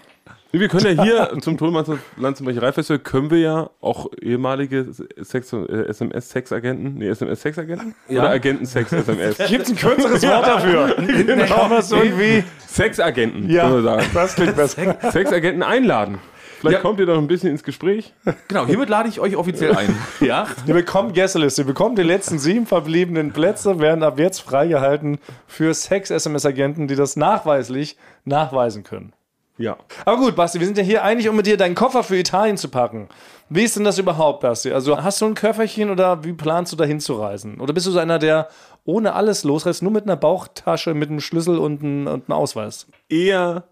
S3: Wir können ja hier zum Tonmanns Lanzenbrecherei-Festival können wir ja auch ehemalige Sex- äh, SMS-Sexagenten, nee, SMS-Sexagenten? Oder Agenten-Sex-SMS?
S2: Gibt ein kürzeres Wort dafür? Genau. Kann man es irgendwie.
S3: Sexagenten,
S2: Ja,
S3: können wir sagen.
S2: das klingt besser.
S3: Sexagenten einladen. Vielleicht
S1: Ja.
S3: kommt ihr doch ein bisschen ins Gespräch.
S1: Genau, hiermit lade ich euch offiziell ein. Ja.
S2: Ihr bekommt Gästeliste. Ihr bekommt die letzten sieben verbliebenen Plätze, werden ab jetzt freigehalten für Sex-SMS-Agenten, die das nachweislich nachweisen können.
S3: Ja.
S2: Aber gut, Basti, wir sind ja hier eigentlich, um mit dir deinen Koffer für Italien zu packen. Wie ist denn das überhaupt, Basti? Also hast du ein Köfferchen oder wie planst du dahin zu reisen? Oder bist du so einer, der ohne alles losreist, nur mit einer Bauchtasche, mit einem Schlüssel und einem, und einem Ausweis?
S3: Eher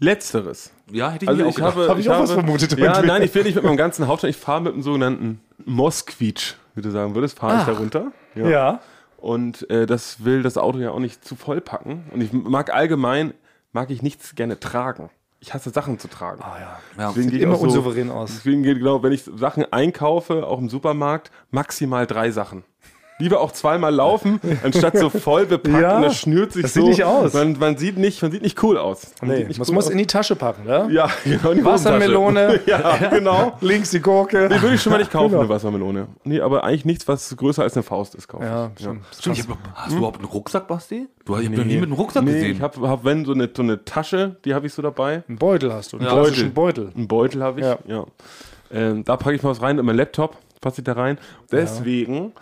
S3: Letzteres.
S1: Ja, hätte ich
S3: Also
S1: mir auch
S3: ich
S1: gedacht.
S3: habe,
S2: Hab ich auch was vermutet
S3: Ja,
S2: irgendwie.
S3: nein, ich will nicht mit meinem ganzen Hauptstadt. Ich fahre mit dem sogenannten Mosquitsch, wie du sagen würdest, fahre ich
S2: Ah.
S3: da runter.
S2: Ja.
S3: Und äh, das will das Auto ja auch nicht zu voll packen. Und ich mag allgemein, mag ich nichts gerne tragen. Ich hasse Sachen zu tragen. Deswegen gehe ich
S2: immer
S3: auch so-
S2: unsouverän aus.
S3: Deswegen geht genau, wenn ich Sachen einkaufe, auch im Supermarkt, maximal drei Sachen. Lieber auch zweimal laufen, anstatt so voll bepackt
S2: Ja,
S3: und das schnürt sich
S2: das
S3: so.
S2: sieht nicht aus.
S3: Man, man, sieht nicht, man sieht nicht cool aus. Man
S2: Nee,
S3: sieht nicht
S2: man
S3: cool
S2: muss
S3: aus.
S2: in die Tasche packen, ne?
S3: ja, genau, in die
S2: Wassermelone, Genau.
S3: Hosentasche. ja, genau.
S2: links die Gurke.
S3: Die würde ich schon mal nicht kaufen, eine Wassermelone. Nee, aber eigentlich nichts, was größer als eine Faust ist, kaufen.
S2: Ja, stimmt.
S1: Stimmt, ich hab, hast du überhaupt einen Rucksack, Basti? Du hast ich hab noch nie mit einem Rucksack
S3: Hm? nee,
S1: gesehen.
S3: ich habe, hab, wenn, so eine, so eine Tasche, die habe ich so dabei.
S2: Einen Beutel hast du, einen
S1: Ja.
S2: klassischen Beutel.
S3: Einen Beutel habe ich,
S2: Ja.
S3: ja. Ähm, da packe ich mal was rein und mein Laptop passe ich da rein. Deswegen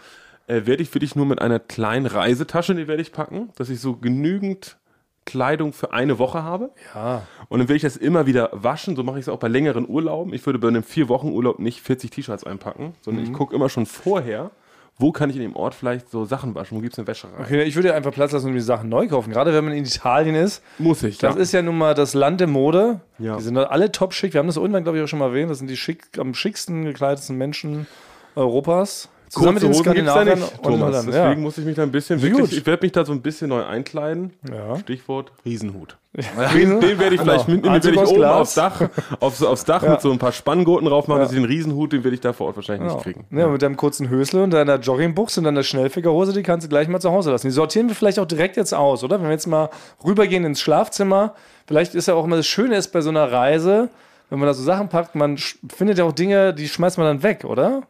S3: äh, werde ich für dich nur mit einer kleinen Reisetasche, die werde ich packen, dass ich so genügend Kleidung für eine Woche habe.
S2: Ja.
S3: Und dann will ich das immer wieder waschen. So mache ich es auch bei längeren Urlauben. Ich würde bei einem vier Wochen Urlaub nicht 40 T-Shirts einpacken, sondern ich gucke immer schon vorher, wo kann ich in dem Ort vielleicht so Sachen waschen, wo gibt es eine Wäscherei.
S2: Okay, ich würde ja einfach Platz lassen und die Sachen neu kaufen. Gerade wenn man in Italien ist,
S3: Muss ich,
S2: Das
S3: ja.
S2: ist ja nun mal das Land der Mode.
S3: Ja.
S2: Die sind da alle top schick. Wir haben das irgendwann, glaube ich, auch schon mal erwähnt. Das sind die schick, am schicksten gekleidetsten Menschen Europas. Zusammen mit den
S3: Hosen gibt's da
S2: Skandinaviern
S3: nicht,
S2: und
S3: Thomas.
S2: Holland.
S3: Deswegen
S2: Ja.
S3: muss ich mich da ein bisschen,
S2: Gut.
S3: wirklich, ich werde mich da so ein bisschen neu einkleiden.
S2: Ja.
S3: Stichwort Riesenhut.
S2: Den,
S3: Den werde ich vielleicht mit, den
S2: Anzug
S3: werde ich
S2: aus
S3: oben
S2: Glas.
S3: aufs Dach, aufs, aufs Dach mit so ein paar Spanngurten rauf machen, dass ich den Riesenhut, den werde ich da vor Ort wahrscheinlich nicht kriegen.
S2: Ja, Ne, mit deinem kurzen Hösle und deiner Joggingbuchse und deiner Schnellfickerhose, die kannst du gleich mal zu Hause lassen. Die sortieren wir vielleicht auch direkt jetzt aus, oder? Wenn wir jetzt mal rübergehen ins Schlafzimmer, vielleicht ist ja auch immer das Schöne ist bei so einer Reise, wenn man da so Sachen packt, man sch- findet ja auch Dinge, die schmeißt man dann weg, oder?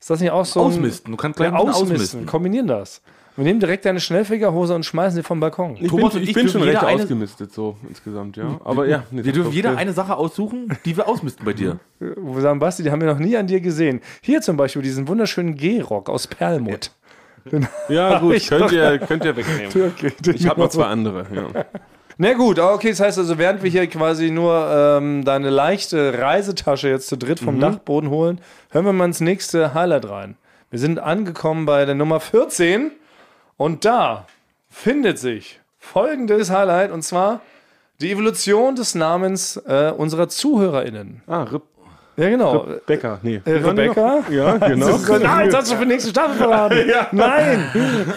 S2: Ist das nicht auch so ein-
S1: Ausmisten. Du kannst gleich
S2: ja,
S1: unten
S2: ausmisten.
S1: ausmisten.
S2: Kombinieren das. Wir nehmen direkt deine Schnellfickerhose und schmeißen sie vom Balkon.
S3: Ich
S1: Thomas
S3: bin,
S1: und
S3: ich
S1: ich
S3: bin
S1: dürfen
S3: schon recht
S1: jeder eine-
S3: ausgemistet so insgesamt, ja. Aber ja. nee,
S1: Wir dürfen
S3: das-
S1: jeder eine Sache aussuchen, die wir ausmisten bei
S3: Mhm.
S1: dir.
S2: Wo wir sagen, Basti, die haben wir noch nie an dir gesehen. Hier zum Beispiel diesen wunderschönen Gehrock aus Perlmutt.
S3: Ja, gut,
S2: Ich-
S3: könnt ihr, könnt ihr wegnehmen.
S2: Okay,
S3: Ich habe noch zwei andere. Ja.
S2: Na gut, okay, das heißt also, während wir hier quasi nur ähm, deine leichte Reisetasche jetzt zu dritt vom Dachboden holen, hören wir mal ins nächste Highlight rein. Wir sind angekommen bei der Nummer 14 und da findet sich folgendes Highlight und zwar die Evolution des Namens äh, unserer ZuhörerInnen.
S3: Ah, Rip
S2: Ja, genau.
S3: Becker, nee.
S2: Äh, Rebecca?
S3: Ja, genau.
S2: Nein, das Ah, hast du für die nächste Staffel verraten. Nein!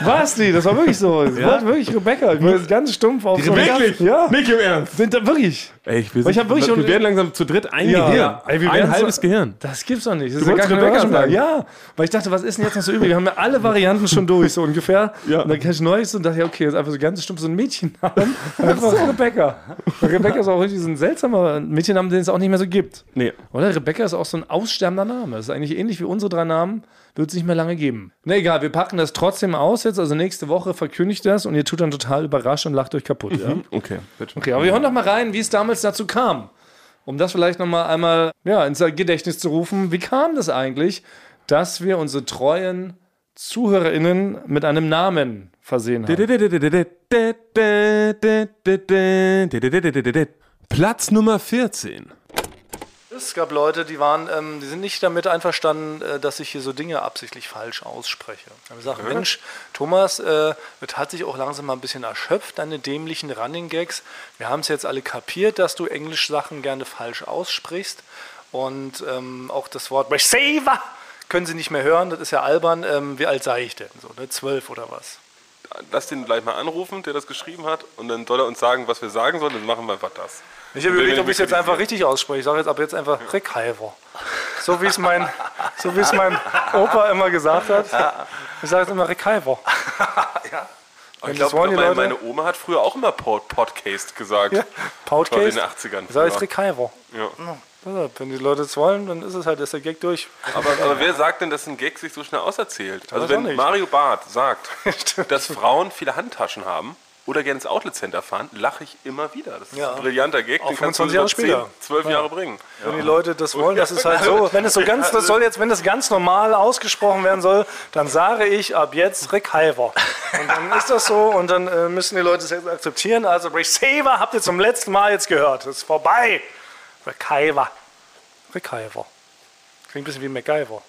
S2: Basti, das war wirklich so. Es war wirklich Rebecca. Ich war jetzt ganz stumpf auf so
S3: Wirklich?
S2: Ja.
S3: Nicht im Ernst.
S2: Sind da wirklich?
S3: Ey, ich, wir,
S2: ich hab wirklich
S3: wir
S2: schon-
S3: werden langsam zu dritt ein
S2: Ja.
S3: Gehirn.
S2: Ey, wir
S3: ein
S2: werden so-
S3: halbes Gehirn.
S2: Das gibt's doch nicht. Das
S3: wolltest Rebecca
S2: Überraschung mehr.
S3: sagen?
S2: Ja, weil ich dachte, was ist denn jetzt noch so übrig? Wir haben ja alle Varianten schon durch, so ungefähr.
S3: Ja.
S2: Und dann kam ich Neues und dachte, ja, okay, jetzt einfach so ganz stumpf so ein Mädchennamen. Einfach Rebecca. Und Rebecca ist auch richtig so ein seltsamer Mädchennamen, den es auch nicht mehr so gibt.
S3: Nee.
S2: Oder Rebecca ist auch so ein aussterbender Name. Das ist eigentlich ähnlich wie unsere drei Namen. Wird es nicht mehr lange geben. Na egal, wir packen das trotzdem aus jetzt. Also nächste Woche verkündigt das und ihr tut dann total überrascht und lacht euch kaputt. Ja?
S3: Okay. Wird schon.
S2: Okay, aber wir hören noch mal rein, wie es damals dazu kam. Um das vielleicht noch mal einmal ja, ins Gedächtnis zu rufen. Wie kam das eigentlich, dass wir unsere treuen ZuhörerInnen mit einem Namen versehen haben?
S3: Platz Nummer 14.
S2: Es gab Leute, die waren, ähm, die sind nicht damit einverstanden, äh, dass ich hier so Dinge absichtlich falsch ausspreche. Dann haben gesagt, Mensch, Thomas, äh, das hat sich auch langsam mal ein bisschen erschöpft, deine dämlichen Running Gags. Wir haben es jetzt alle kapiert, dass du Englisch Sachen gerne falsch aussprichst. Und ähm, auch das Wort Receiver können sie nicht mehr hören, das ist ja albern. Ähm, wie alt sei ich denn? So, ne? Zwölf oder was?
S6: Lass den gleich mal anrufen, der das geschrieben hat, und dann soll er uns sagen, was wir sagen sollen, dann machen wir einfach das.
S2: Ich habe
S6: Und wenn
S2: überlegt,
S6: wir
S2: ob ich es jetzt
S6: kritisieren.
S2: einfach richtig ausspreche. Ich sage jetzt ab jetzt einfach Rick Halver. So wie es mein, so wie es mein Opa immer gesagt hat. Ich sage jetzt immer Rick Halver.
S6: Aber ich
S2: das
S6: glaube,
S2: wollen die
S6: meine,
S2: Leute.
S6: meine Oma hat früher auch immer Pod Podcast gesagt. Ja.
S2: Podcast.
S6: in den Genau. 80ern
S2: Das ist
S6: früher.
S2: Rick Cairo.
S6: Ja.
S2: Ja, Wenn die Leute es wollen, dann ist es halt, ist der Gag durch.
S6: Aber, aber wer sagt denn, dass ein Gag sich so schnell auserzählt? Also
S2: weiß auch
S6: wenn
S2: nicht.
S6: Mario Barth sagt, dass Frauen viele Handtaschen haben oder gerne ins Outlet Center fahren, lache ich immer wieder. Das ist
S2: Ja.
S6: ein brillanter Gag,
S2: Auch
S6: den kannst du
S2: 25 Jahre
S6: über 10,
S2: später.
S6: 12 Jahre bringen.
S2: Wenn die Leute das wollen, das ist halt so. Wenn es so ganz, das soll jetzt, wenn das ganz normal ausgesprochen werden soll, dann sage ich ab jetzt Rick Halver. Und dann ist das so und dann äh, müssen die Leute es jetzt akzeptieren. Also Rick Saver habt ihr zum letzten Mal jetzt gehört. Das ist vorbei. Rick Halver. Rick Halver. Klingt ein bisschen wie MacGyver.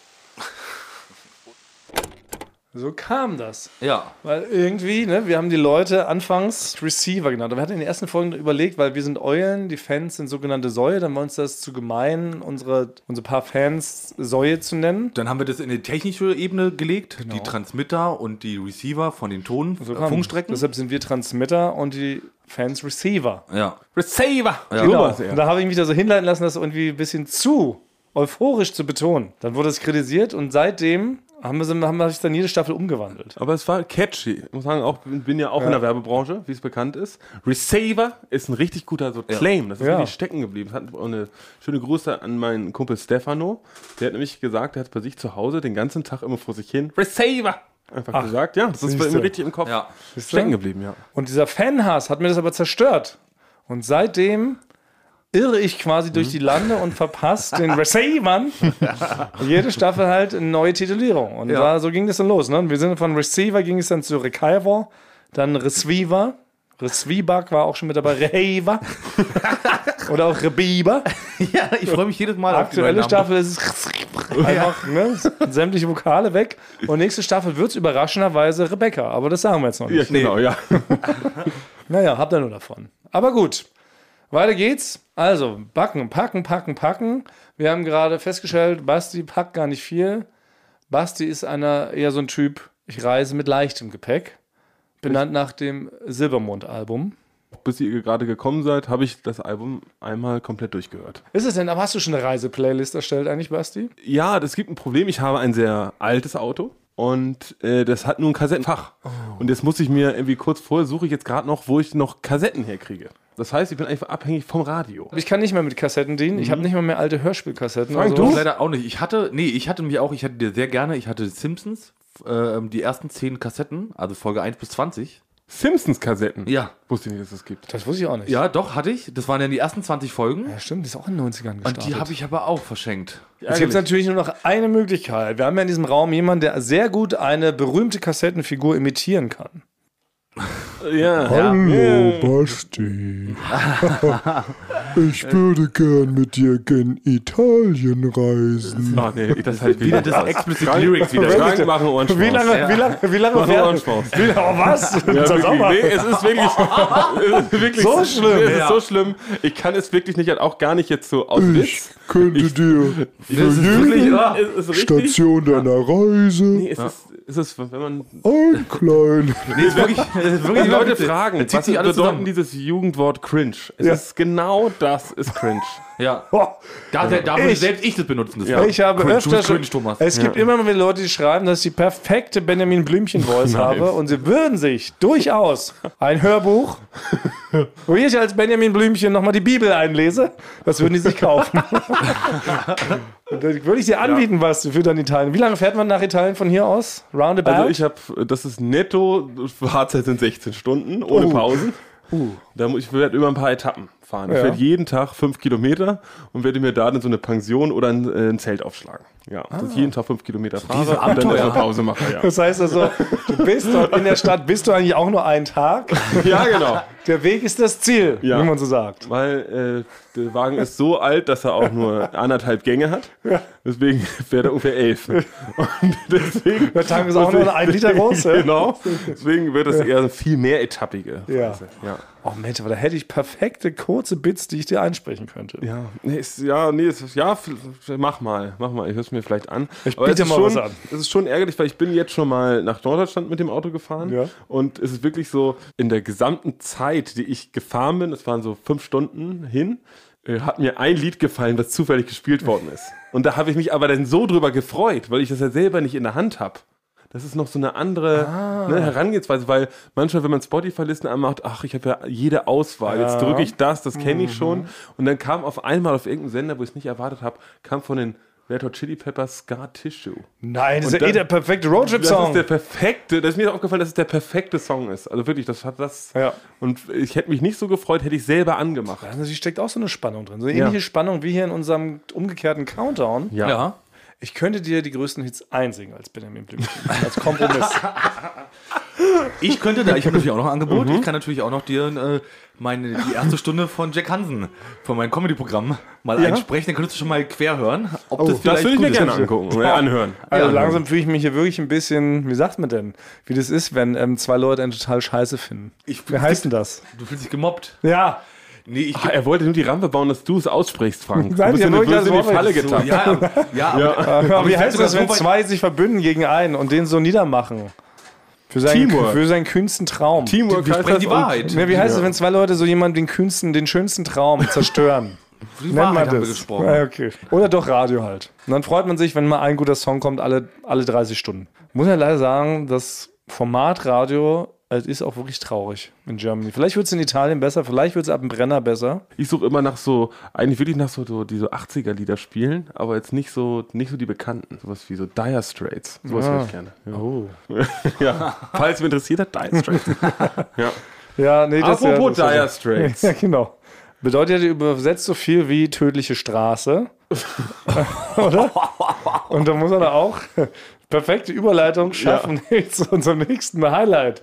S2: So kam das.
S1: Ja.
S2: Weil irgendwie, ne, wir haben die Leute anfangs Receiver genannt. Und wir hatten in den ersten Folgen überlegt, weil wir sind Eulen, die Fans sind sogenannte Säue, dann war uns das zu gemein, unsere, unsere paar Fans Säue zu nennen.
S1: Dann haben wir das in die technische Ebene gelegt,
S3: Genau.
S1: die Transmitter und die Receiver von den Ton,
S2: So
S1: äh,
S2: kam-
S1: Funkstrecken.
S2: Deshalb sind wir Transmitter und die Fans Receiver.
S1: Ja.
S3: Receiver! Ja.
S2: Genau.
S3: Genau.
S2: Und da habe ich mich da so hinleiten lassen, das irgendwie ein bisschen zu euphorisch zu betonen. Dann wurde es kritisiert und seitdem haben wir, so- haben wir sich dann jede Staffel umgewandelt.
S3: Aber es war catchy. Ich muss sagen, auch, bin ja auch in der Werbebranche, wie es bekannt ist. Receiver ist ein richtig guter so Claim. Das ist
S2: Ja.
S3: wirklich stecken geblieben. Es Hat auch eine schöne Grüße an meinen Kumpel Stefano. Der hat nämlich gesagt, der hat bei sich zu Hause den ganzen Tag immer vor sich hin Receiver einfach gesagt. Ja, das ist bei ihm
S2: siehste.
S3: richtig im Kopf
S1: Ja.
S3: stecken geblieben, ja.
S2: Und dieser Fanhass hat mir das aber zerstört. Und seitdem irre ich quasi durch die Lande und verpasse den Receivern jede Staffel halt eine neue Titulierung. Und da, so ging das dann los. Ne? Und wir sind von Receiver ging es dann zu Receiver, dann Receiver. Reswieback war auch schon mit dabei. Rehaver. Oder auch Rebiber.
S1: ja, ich freue mich jedes Mal
S2: Aktuelle
S1: neuen Namen.
S2: Staffel ist es einfach ne? sämtliche Vokale weg. Und nächste Staffel wird es überraschenderweise Rebecca. Aber das sagen wir jetzt noch nicht.
S3: Ja, genau, ja.
S2: Naja, habt ihr nur davon. Aber gut, weiter geht's. Also, backen, packen, packen, packen. Wir haben gerade festgestellt, Basti packt gar nicht viel. Basti ist einer eher so ein Typ, ich reise mit leichtem Gepäck. Benannt nach dem Silbermond-Album.
S3: Bis ihr gerade gekommen seid, habe ich das Album einmal komplett durchgehört.
S2: Ist es denn, aber hast du schon eine Reiseplaylist erstellt eigentlich, Basti?
S3: Ja, das gibt ein Problem. Ich habe ein sehr altes Auto und äh, das hat nur ein Kassettenfach. Und jetzt muss ich mir irgendwie kurz vorher suche ich jetzt gerade noch, wo ich noch Kassetten herkriege. Das heißt, ich bin einfach abhängig vom Radio.
S2: Ich kann nicht mehr mit Kassetten dienen. Ich habe
S1: Mhm.
S2: nicht mal mehr alte Hörspielkassetten.
S3: Frank,
S1: Ich
S3: du?
S1: leider auch nicht. Ich hatte, nee, ich hatte mich auch, ich hatte dir sehr gerne, ich hatte Simpsons, äh, die ersten 10 Kassetten, also Folge 1 bis 20.
S3: Simpsons-Kassetten.
S1: Ja.
S3: Wusste nicht, dass es das gibt.
S2: Das wusste ich auch nicht.
S1: Ja, doch, hatte ich. Das waren ja die ersten 20 Folgen.
S2: Ja, stimmt, die ist auch in den 90ern gestartet.
S1: Und die habe ich aber auch verschenkt.
S2: Jetzt gibt es
S3: Ärgerlich.
S2: natürlich nur noch eine Möglichkeit. Wir haben ja in diesem Raum jemanden, der sehr gut eine berühmte Kassettenfigur imitieren kann.
S3: Ja.
S7: Hallo, Basti. Ich würde gern mit dir gen Italien reisen.
S3: Ach nee, das halt wieder das
S1: Explicit Lyrics wieder.
S3: Krank machen Ohrenschmaus.
S2: Wie lange, wie lange, wie lange
S3: Machen
S2: werden?
S3: Ohrenschmaus.
S2: Wie lange, oh, was?
S3: Ja,
S2: Ist das
S3: wirklich.
S2: Sommer?
S3: Nee, es ist wirklich, es ist wirklich
S2: So schlimm,
S3: Es ist
S2: ja.
S3: so schlimm. Ich kann es wirklich nicht, auch gar nicht jetzt so aus
S7: Ich
S3: Witz.
S7: könnte
S3: Ich-
S7: dir
S3: Das ist wirklich,
S1: ah,
S3: es ist richtig.
S7: Station deiner Reise
S3: Nee, es ist, es ist, wenn man
S7: einkleiden.
S1: Nee, ist wirklich, ist wirklich
S3: Die
S1: immer
S3: Leute
S1: witzig.
S3: fragen,
S1: Da zieht
S3: was
S1: sich alles
S3: bedeutet
S1: zusammen.
S3: dieses Jugendwort cringe? Es
S2: Ja.
S3: ist genau das ist cringe.
S1: Ja.
S2: Oh,
S1: Da, da, da würde
S2: Ich-
S1: selbst ich das benutzen. Das
S2: ich habe
S1: Cringe,
S2: öfter schon,
S1: cringe, Thomas.
S2: es gibt immer mal wieder Leute, die schreiben, dass ich die perfekte Benjamin Blümchen-Voice habe und sie würden sich durchaus ein Hörbuch, wo ich als Benjamin Blümchen nochmal die Bibel einlese, das würden die sich kaufen. Und dann würde ich dir anbieten, was für dann Italien. Wie lange fährt man nach Italien von hier aus? Roundabout?
S3: Also ich habe, das ist netto, Fahrzeit sind 16 Stunden ohne Pausen. Da muss, ich werde immer ein paar Etappen fahren. Ich
S2: Ja.
S3: werde jeden Tag fünf Kilometer und werde mir da dann so eine Pension oder ein, äh, ein Zelt aufschlagen. Ja, dass ich jeden Tag fünf Kilometer fahre und dann eine Pause mache. Ja,
S2: das heißt also, du bist dort in der Stadt, bist du eigentlich auch nur einen Tag.
S3: ja genau.
S2: Der Weg ist das Ziel,
S3: Ja.
S2: wie man so sagt.
S3: Weil äh, der Wagen ist so alt, dass er auch nur anderthalb Gänge hat. Deswegen fährt er ungefähr elf. Und deswegen
S2: Der Tank ist auch nur ein Liter groß. ja?
S3: Genau. Deswegen wird das eher eine viel mehr etappige
S2: Ja.
S3: Reise. Ja.
S2: Oh Mensch, aber da hätte ich perfekte kurze Bits, die ich dir einsprechen könnte.
S3: Ja, nee, ist, ja, nee, ist, ja, f- f- mach mal, mach mal, ich hör's mir vielleicht an. Ich
S2: biete
S3: es ist
S2: mal
S3: schon,
S2: was an.
S3: Es ist schon ärgerlich, weil ich bin jetzt schon mal nach Norddeutschland mit dem Auto gefahren
S2: Ja.
S3: und es ist wirklich so, in der gesamten Zeit, die ich gefahren bin, es waren so fünf Stunden hin, äh, hat mir ein Lied gefallen, was zufällig gespielt worden ist. Und da habe ich mich aber dann so drüber gefreut, weil ich das ja selber nicht in der Hand habe. Das ist noch so eine andere ne, Herangehensweise, weil manchmal, wenn man Spotify-Listen anmacht, ach, ich habe ja jede Auswahl. Jetzt drücke ich das, das kenne ich schon. Und dann kam auf einmal auf irgendeinem Sender, wo ich es nicht erwartet habe, kam von den Red Hot Chili Peppers Scar Tissue.
S2: Nein, das
S3: Und
S2: ist ja eh
S3: dann-
S2: der perfekte Roadtrip-Song.
S3: Das ist der perfekte, das ist mir aufgefallen, dass es der perfekte Song ist. Also wirklich, das hat das.
S2: Ja.
S3: Und ich hätte mich nicht so gefreut, hätte ich selber angemacht.
S2: Also, sie steckt auch so eine Spannung drin. So eine ähnliche Spannung wie hier in unserem umgekehrten Countdown.
S3: Ja.
S2: Ich könnte dir die größten Hits einsingen als Benjamin Blümchen. Als Kompromiss.
S1: Ich könnte da, ich habe natürlich auch noch ein Angebot.
S3: Mhm.
S1: Ich kann natürlich auch noch dir äh, meine, die erste Stunde von Jack Hansen, von meinem Comedy-Programm, mal einsprechen. Dann könntest du schon mal quer hören, ob das
S3: Oh, Das
S1: vielleicht
S3: würde ich
S1: gut
S3: mir
S1: ist.
S3: gerne angucken, äh, anhören.
S2: Also langsam fühle ich mich hier wirklich ein bisschen, wie sagt man denn, wie das ist, wenn ähm, zwei Leute einen total scheiße finden.
S1: Ich-
S2: wie heißt denn das?
S1: Du fühlst dich gemobbt.
S2: Ja.
S1: Nee, ich
S3: Ach, Ah, er wollte nur die Rampe bauen, dass du es aussprichst,
S2: Nein,
S3: Frank. du bist
S2: ja,
S3: in eine
S2: wirklich,
S3: böse in die
S2: das war
S3: Falle
S2: nicht
S1: so,
S3: getappt.
S1: ja, ja, aber,
S2: Aber,
S1: aber
S2: Äh, wie
S1: ich
S2: heißt
S1: find's
S2: das,
S1: sogar
S2: wenn
S1: so weit-
S2: zwei sich verbünden gegen einen und den so niedermachen? Für seinen,
S3: Teamwork.
S2: für seinen kühnsten Traum.
S3: Teamwork
S1: wir
S3: heißt
S1: sprechen
S3: das
S1: die
S3: und-
S1: Wahrheit.
S2: Ne, wie heißt es, wenn zwei Leute so jemanden den kühnsten, den schönsten Traum zerstören?
S1: Die
S2: Nennt man
S1: Wahrheit haben wir
S2: das.
S1: gesprochen.
S2: Ja, okay. Oder doch Radio halt. Und dann freut man sich, wenn mal ein guter Song kommt, alle, alle 30 Stunden. Muss ja leider sagen, das Format Radio es ist auch wirklich traurig in Germany. Vielleicht wird es in Italien besser, vielleicht wird es ab dem Brenner besser.
S3: Ich suche immer nach so, eigentlich wirklich nach so, so die so 80er-Lieder spielen, aber jetzt nicht so, nicht so die bekannten. Sowas wie so Dire Straits. Sowas würde ich gerne. Ja. Oh. ja. Falls mir interessiert hat, Dire Straits.
S2: Ja, nee, das
S3: Apropos
S2: ja,
S3: Dire
S2: das
S3: Straits.
S2: Ja, genau. Bedeutet ja übersetzt so viel wie tödliche Straße. Oder? Und da muss er da auch perfekte Überleitung schaffen zu unserem nächsten Highlight.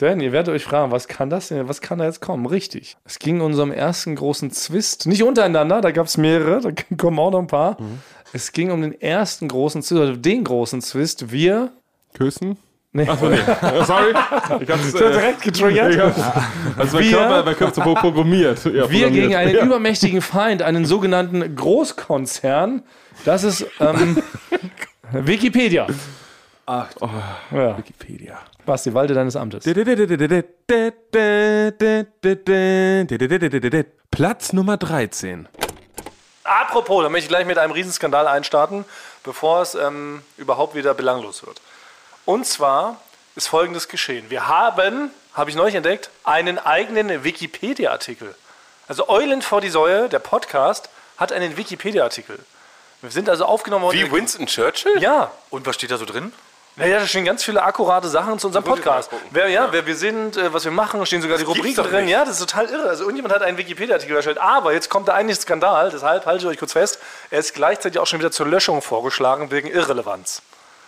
S2: Denn ihr werdet euch fragen, was kann das denn, was kann da jetzt kommen? Richtig. Es ging in unserem ersten großen Zwist, nicht untereinander, da gab es mehrere, da kommen auch noch ein paar. Es ging um den ersten großen Zwist, oder den großen Zwist, wir.
S3: Küssen?
S2: Nee.
S3: Achso, nee. Sorry. Ich hab's,
S2: Ich hab
S3: äh,
S2: direkt getriggert.
S3: ich hab's, also mein
S2: Wir-
S3: Körper, mein Körper so programmiert. Ja,
S2: Wir
S3: programmiert.
S2: gegen einen übermächtigen Feind, einen sogenannten Großkonzern. Das ist ähm, Wikipedia. Ach, ja.
S3: Wikipedia.
S2: Basti, Walde deines Amtes.
S3: Platz Nummer 13.
S2: Apropos, da möchte ich gleich mit einem Riesenskandal einstarten, bevor es ähm, überhaupt wieder belanglos wird. Und zwar ist Folgendes geschehen. Wir haben, habe ich neulich entdeckt, einen eigenen Wikipedia-Artikel. Also Eulen vor die Säue, der Podcast, hat einen Wikipedia-Artikel. Wir sind also aufgenommen worden.
S6: Wie Winston Churchill?
S2: ja,
S5: Und was steht da so drin?
S2: Naja, da stehen ganz viele akkurate Sachen zu unserem
S6: muss ich mal
S2: Podcast.
S6: gucken.
S2: Wer, ja, wer wir sind, äh, was wir machen, stehen sogar die
S6: gibt's
S2: Rubriken
S6: doch
S2: drin.
S6: nicht.
S2: Ja, das ist total irre. Also irgendjemand hat einen Wikipedia-Artikel erstellt. Aber jetzt kommt der eigentliche Skandal, deshalb haltet euch kurz fest. Er ist gleichzeitig auch schon wieder zur Löschung vorgeschlagen wegen Irrelevanz.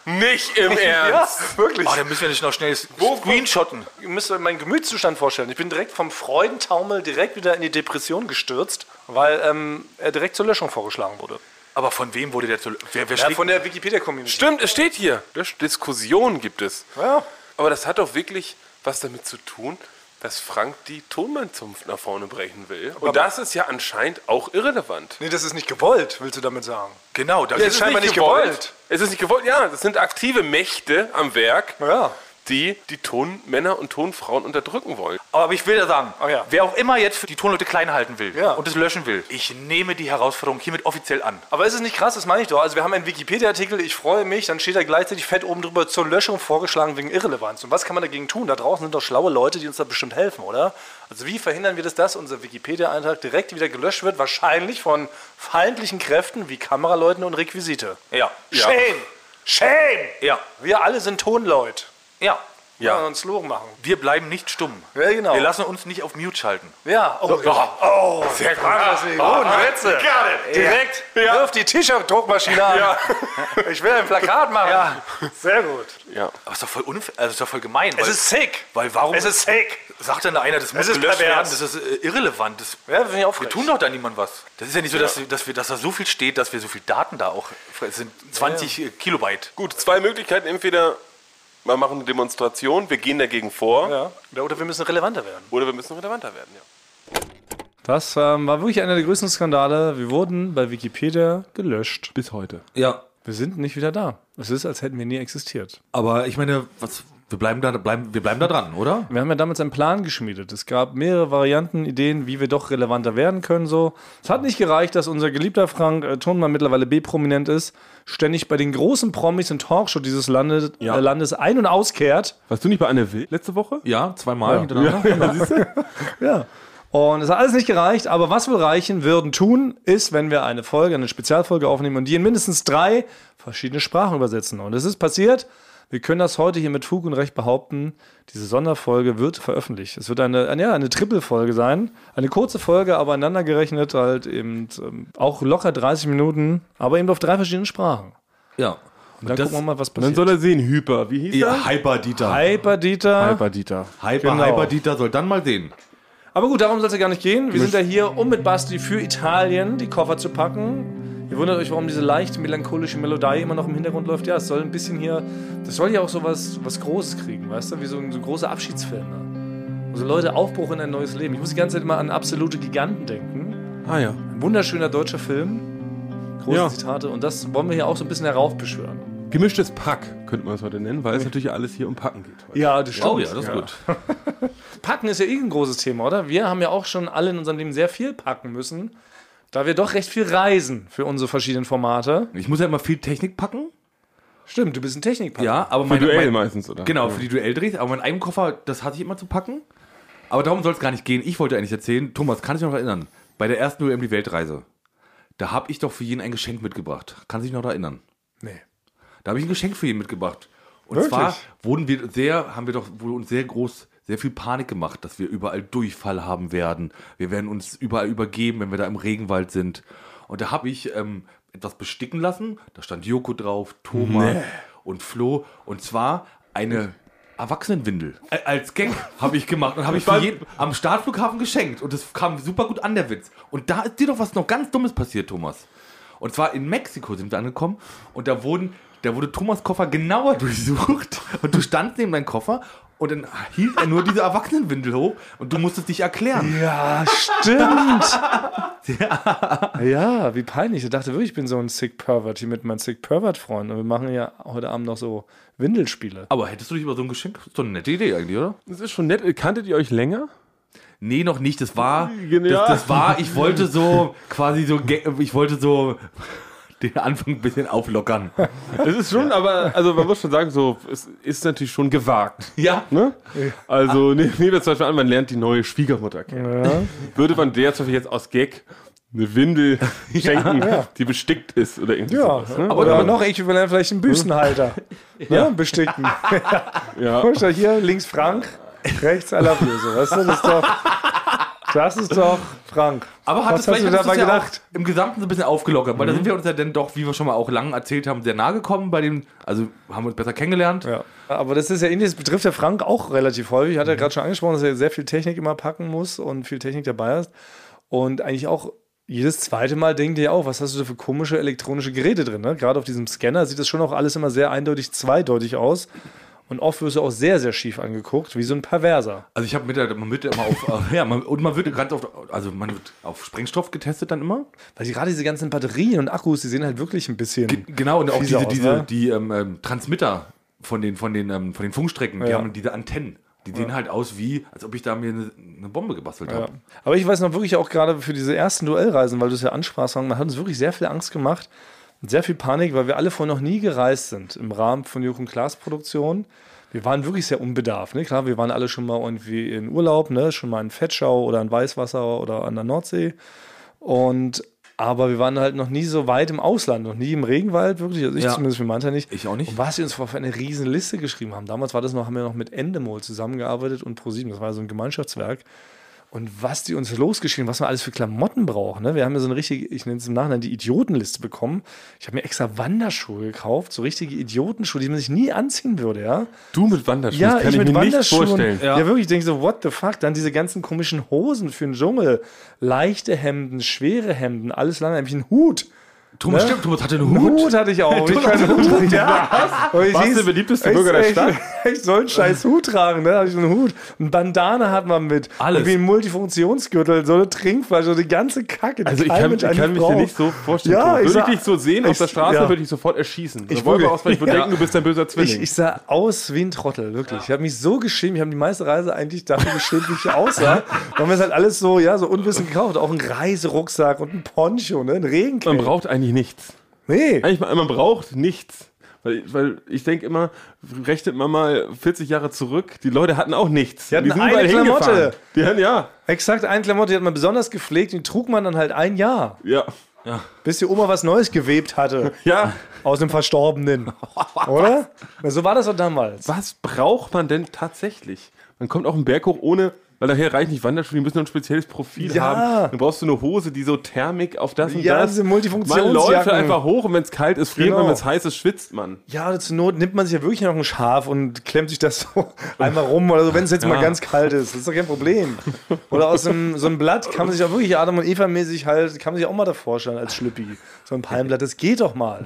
S6: Nicht im Ernst.
S2: Ja, wirklich.
S5: Oh, dann müssen wir nicht noch schnell screenshotten.
S2: Ihr müsst euch meinen Gemütszustand vorstellen. Ich bin direkt vom Freudentaumel direkt wieder in die Depression gestürzt, weil ähm, er direkt zur Löschung vorgeschlagen wurde.
S5: Aber von wem wurde der zu. Wer, wer
S2: Ja,
S5: schlägt-
S2: von der Wikipedia-Community.
S6: Stimmt, es steht hier. Dis- Diskussion gibt es.
S2: Ja.
S6: Aber das hat doch wirklich was damit zu tun, dass Frank die Tonbandzumpf nach vorne brechen will. Und das ist ja anscheinend auch irrelevant.
S2: Nee, das ist nicht gewollt, willst du damit sagen?
S5: genau, da
S2: Ja,
S5: ist
S2: es scheinbar nicht gewollt.
S6: Es ist nicht gewollt, ja. Das sind aktive Mächte am Werk,
S2: Ja.
S6: die die Tonmänner und Tonfrauen unterdrücken wollen.
S5: Aber ich will da sagen,
S2: Oh ja.
S5: wer auch immer jetzt die Tonleute klein halten will
S2: Ja.
S5: und es löschen will, ich nehme die Herausforderung hiermit offiziell an.
S2: Aber ist es nicht krass, das meine ich doch. Also wir haben einen Wikipedia-Artikel, ich freue mich, dann steht da gleichzeitig fett oben drüber zur Löschung vorgeschlagen wegen Irrelevanz. Und was kann man dagegen tun? Da draußen sind doch schlaue Leute, die uns da bestimmt helfen, oder? Also wie verhindern wir das, dass unser Wikipedia-Eintrag direkt wieder gelöscht wird? Wahrscheinlich von feindlichen Kräften wie Kameraleuten und Requisite.
S5: Ja. Ja.
S2: Shame! Shame!
S5: Ja.
S2: Wir alle sind Tonleut.
S5: Ja.
S2: Ja. Und Slogan machen.
S5: Wir bleiben nicht stumm.
S2: Ja, genau.
S5: Wir lassen uns nicht auf Mute schalten.
S2: Ja. Oh, ja. oh sehr gut. Ah, Sätze. Direkt. Wirf die T-Shirt-Druckmaschine an. Ich will ein Plakat machen. Ja. Sehr gut.
S6: Ja.
S5: Aber ist doch voll, unf also ist doch voll gemein.
S2: Es
S5: weil-
S2: ist sick.
S5: Weil warum
S2: Es ist sick.
S5: sagt dann einer, das muss
S2: ist
S5: gelöscht werden,
S2: pervers.
S5: das ist äh, irrelevant. Das,
S2: Ja, bin ich auch
S5: wir tun doch da niemand was. Das ist ja nicht so, dass, dass, wir, dass da so viel steht, dass wir so viel Daten da auch. Es sind 20 äh, Kilobyte.
S6: Gut, zwei Möglichkeiten. Entweder wir machen eine Demonstration, wir gehen dagegen vor,
S2: Ja. Oder wir müssen relevanter werden.
S6: oder wir müssen relevanter werden. Ja.
S2: Das ähm, war wirklich einer der größten Skandale. Wir wurden bei Wikipedia gelöscht.
S3: Bis heute.
S1: Ja,
S2: Wir sind nicht wieder da. Es ist, als hätten wir nie existiert.
S1: aber ich meine, was, Wir bleiben da, bleiben, wir bleiben da dran, oder?
S2: Wir haben ja damals einen Plan geschmiedet. Es gab mehrere Varianten, Ideen, wie wir doch relevanter werden können. So. Es hat nicht gereicht, dass unser geliebter Frank äh, Thunmann mittlerweile B-prominent ist, ständig bei den großen Promis in Talkshow dieses Landes, äh, Landes ein- und auskehrt.
S3: Warst du nicht bei Anne Will letzte Woche?
S1: Ja, zweimal hintereinander.
S2: Ja. Und es hat alles nicht gereicht, aber was wir reichen würden tun, ist, wenn wir eine Folge, eine Spezialfolge aufnehmen und die in mindestens drei verschiedene Sprachen übersetzen. Und es ist passiert. Wir können das heute hier mit Fug und Recht behaupten. Diese Sonderfolge wird veröffentlicht. Es wird eine, eine, ja, eine Triple-Folge sein. Eine kurze Folge, aber aneinander gerechnet, halt eben ähm, auch locker 30 Minuten, aber eben auf drei verschiedenen Sprachen.
S1: Ja.
S2: Und dann
S1: das-
S2: gucken wir mal, was
S3: Dann
S2: passiert.
S3: soll er sehen, Hyper. Wie hieß
S1: ja Hyper-Dieter.
S2: Hyper-Dieter.
S3: Hyper-Dieter.
S1: Hyper,
S2: Genau.
S1: Hyper-Dieter soll dann mal sehen.
S2: Aber gut, darum soll es ja gar nicht gehen. Wir sind ja hier, um mit Basti für Italien die Koffer zu packen. Ihr wundert euch, warum diese leicht melancholische Melodie immer noch im Hintergrund läuft. Ja, es soll ein bisschen hier, das soll ja auch so was, was Großes kriegen, weißt du? Wie so ein, so ein großer Abschiedsfilm. da. Wo so Leute, Aufbruch in ein neues Leben. Ich muss die ganze Zeit immer an absolute Giganten denken.
S3: Ah ja.
S2: Ein wunderschöner deutscher Film. Große
S3: Ja.
S2: Zitate. Und das wollen wir hier auch so ein bisschen heraufbeschwören.
S3: Gemischtes Pack könnte man es heute nennen, weil es natürlich alles hier um Packen geht. heute.
S2: Ja, das
S1: Oh ja, das ist gut.
S2: Packen ist ja eh ein großes Thema, oder? Wir haben ja auch schon alle in unserem Leben sehr viel packen müssen, da wir doch recht viel reisen für unsere verschiedenen Formate.
S1: Ich muss ja immer viel Technik packen.
S2: Stimmt, du bist ein Technikpacker.
S1: Ja, aber
S3: Für
S1: mein,
S3: Duell
S1: mein,
S3: meistens, oder?
S1: Genau, für die Duelldrehs. Aber meinen eigenen Koffer, das hatte ich immer zu packen. Aber darum soll es gar nicht gehen. Ich wollte eigentlich erzählen, Thomas, kann ich noch erinnern? Bei der ersten Duell um die Weltreise, da habe ich doch für jeden ein Geschenk mitgebracht. Kannst du dich noch erinnern?
S2: Nee.
S1: Da habe ich ein Geschenk für ihn mitgebracht. Und zwar wurden wir sehr, haben wir doch wohl uns sehr groß, sehr viel Panik gemacht, dass wir überall Durchfall haben werden. Wir werden uns überall übergeben, wenn wir da im Regenwald sind. Und da habe ich ähm, etwas besticken lassen. Da stand Joko drauf, Thomas und Flo. Und zwar eine Erwachsenenwindel. Ä- Als Gag habe ich gemacht und habe ich für jeden am Startflughafen geschenkt. Und das kam super gut an, der Witz. Und da ist dir doch was noch ganz Dummes passiert, Thomas. Und zwar in Mexiko sind wir angekommen und da wurden, da wurde Thomas Koffer genauer durchsucht und du standst neben deinem Koffer und dann hielt er nur diese Erwachsenenwindel hoch und du musstest dich erklären.
S2: Ja, stimmt. ja. ja, wie peinlich. Ich dachte wirklich, ich bin so ein Sick Pervert hier mit meinen Sick Pervert-Freunden. Und wir machen ja heute Abend noch so Windelspiele.
S1: Aber hättest du dich über so ein Geschenk, ist doch eine nette Idee eigentlich, oder?
S3: Das ist schon nett. Kanntet ihr euch länger?
S1: Nee, noch nicht, das war,
S3: Genial.
S1: das, das war, ich wollte so, quasi so, ge- ich wollte so den Anfang ein bisschen auflockern.
S3: Es ist schon, aber also man muss schon sagen, so es ist natürlich schon gewagt.
S1: Ja,
S3: Ne? Also ne- nehmen wir zum Beispiel an, man lernt die neue Schwiegermutter kennen. Würde man der zum Beispiel jetzt aus Gag eine Windel schenken, die bestickt ist oder irgendwie
S2: Ja,
S3: sowas. Ne?
S2: aber oder noch äquivalent vielleicht einen Büstenhalter. ja. ne? Bestickten.
S3: Ja.
S2: Guck mal, hier links Frank, rechts I love you. So, weißt du, das ist doch, das ist doch Frank.
S1: aber hat
S2: Was
S1: es vielleicht
S2: hast du
S1: hat es
S2: dabei
S1: ja
S2: gedacht? Mhm.
S1: Auch im Gesamten so ein bisschen aufgelockert, weil da sind wir uns ja dann doch, wie wir schon mal auch lang erzählt haben, sehr nahe gekommen bei dem, also haben wir uns besser kennengelernt.
S2: Ja. Aber das ist ja ähnlich, das betrifft ja Frank auch relativ häufig. Hat er gerade schon angesprochen, dass er sehr viel Technik immer packen muss und viel Technik dabei ist. Und eigentlich auch jedes zweite Mal denkt ihr auch, was hast du da für komische elektronische Geräte drin? Ne? Gerade auf diesem Scanner sieht das schon auch alles immer sehr eindeutig zweideutig aus. Und oft wirst du auch sehr, sehr schief angeguckt, wie so ein Perverser.
S1: Also ich habe mit der, man wird ja immer auf, ja, man, und man wird ganz oft, also man wird auf Sprengstoff getestet dann immer.
S2: Weil die- gerade diese ganzen Batterien und Akkus, die sehen halt wirklich ein bisschen.
S1: Genau, und auch diese,
S2: Fiese aus,
S1: diese,
S2: ne?
S1: die ähm, ähm, Transmitter von den, von den, ähm, von den Funkstrecken, die
S2: Ja.
S1: haben diese Antennen. Die sehen halt aus wie, als ob ich da mir eine, eine Bombe gebastelt
S2: Ja.
S1: habe.
S2: Aber ich weiß noch wirklich auch gerade für diese ersten Duellreisen, weil du es ja ansprachst, Frank, man hat uns wirklich sehr viel Angst gemacht und sehr viel Panik, weil wir alle vorher noch nie gereist sind im Rahmen von Jochen Klaas Produktion. Wir waren wirklich sehr unbedarft. Ne? Klar, wir waren alle schon mal irgendwie in Urlaub, ne? schon mal in Fettschau oder in Weißwasser oder an der Nordsee. Und aber wir waren halt noch nie so weit im Ausland, noch nie im Regenwald, wirklich. Also ich
S1: Ja.
S2: zumindest für meinte nicht.
S1: Ich auch nicht.
S2: Und was sie uns vor für eine riesen Liste geschrieben haben. Damals war das noch, haben wir noch mit Endemol zusammengearbeitet und ProSieben. Das war so ein Gemeinschaftswerk. Und was die uns losgeschrieben, was man alles für Klamotten braucht. Ne? Wir haben ja so eine richtige, ich nenne es im Nachhinein die Idiotenliste bekommen. Ich habe mir extra Wanderschuhe gekauft, so richtige Idiotenschuhe, die man sich nie anziehen würde, ja.
S3: Du mit Wanderschuhen,
S2: Ja,
S3: das kann
S2: ich
S3: ich,
S2: mit
S3: mir nicht
S2: Wanderschuhen.
S3: vorstellen.
S2: Ja. wirklich, ich denke so, what the fuck? Dann diese ganzen komischen Hosen für den Dschungel, leichte Hemden, schwere Hemden, alles lange, nämlich einen Hut.
S1: Thomas, stimmt, Thomas hatte einen Hut.
S2: Ne? Hut hatte ich auch. Ich kann einen Hut tragen. Ja. Und ich
S3: Warst
S2: hieß-
S3: der beliebteste
S2: ich-
S3: Bürger der
S2: ich-
S3: Stadt?
S2: Ich soll einen scheiß Hut tragen, ne? Da hab ich so einen Hut. Ein Bandana hat man mit.
S1: Alles.
S2: Irgendwie ein Multifunktionsgürtel, so eine Trinkflasche, so die ganze Kacke. die
S3: Also ich
S2: kein
S3: kann, ich
S2: Mensch
S3: kann
S2: eigentlich
S3: mich hier
S2: braucht.
S3: nicht so vorstellen.
S2: Ja,
S3: Thomas.
S2: ich
S3: würde ich
S2: sag-
S3: dich so sehen auf
S2: ich-
S3: der Straße,
S2: ja.
S3: würde ich sofort erschießen.
S2: Ich
S3: Revolver
S2: google.
S3: aus, weil ich würde
S2: Ja.
S3: denken, du bist ein böser Zwilling.
S2: Ich, ich sah aus wie ein Trottel, wirklich. Ich habe mich so geschämt. Ich habe die meiste Reise eigentlich dafür geschämt, wie ich aussah. Weil mir ist halt alles so, ja, so unwissend gekauft. Auch ein Reiserucksack und ein Poncho, ne? Ein
S3: man
S2: Regencape.
S3: braucht eigentlich nichts.
S2: Nee.
S3: Eigentlich, man man braucht nichts. Weil, weil ich denke immer, rechnet man mal 40 Jahre zurück, die Leute hatten auch nichts.
S2: Die hatten eine
S3: überall
S2: Klamotte.
S3: hingefahren. Die hatten, ja,
S2: Exakt, eine Klamotte, die hat man besonders gepflegt. Die trug man dann halt ein Jahr.
S3: ja,
S2: Bis die Oma was Neues gewebt hatte.
S3: ja.
S2: Aus einem Verstorbenen. Oder? Na, so war das doch damals.
S3: Was braucht man denn tatsächlich? Man kommt auch einen Berg hoch ohne, weil nachher reichen nicht Wanderschuhe, die müssen noch ein spezielles Profil
S2: Ja.
S3: haben. Dann brauchst du eine Hose, die so Thermik auf das und
S2: Ja,
S3: das.
S2: diese
S3: Man
S2: Multifunktionsjacken.
S3: läuft halt einfach hoch und wenn es kalt ist, friert
S2: Genau.
S3: man, wenn es heiß ist, schwitzt man.
S2: Ja, oder zur Not nimmt man sich ja wirklich noch ein Schaf und klemmt sich das so einmal rum oder so, wenn es jetzt mal ganz kalt ist. Das ist doch kein Problem. Oder aus einem, so einem Blatt kann man sich auch wirklich Adam und Eva mäßig halt, kann man sich auch mal davor stellen als Schlüppi. So ein Palmblatt, das geht doch mal.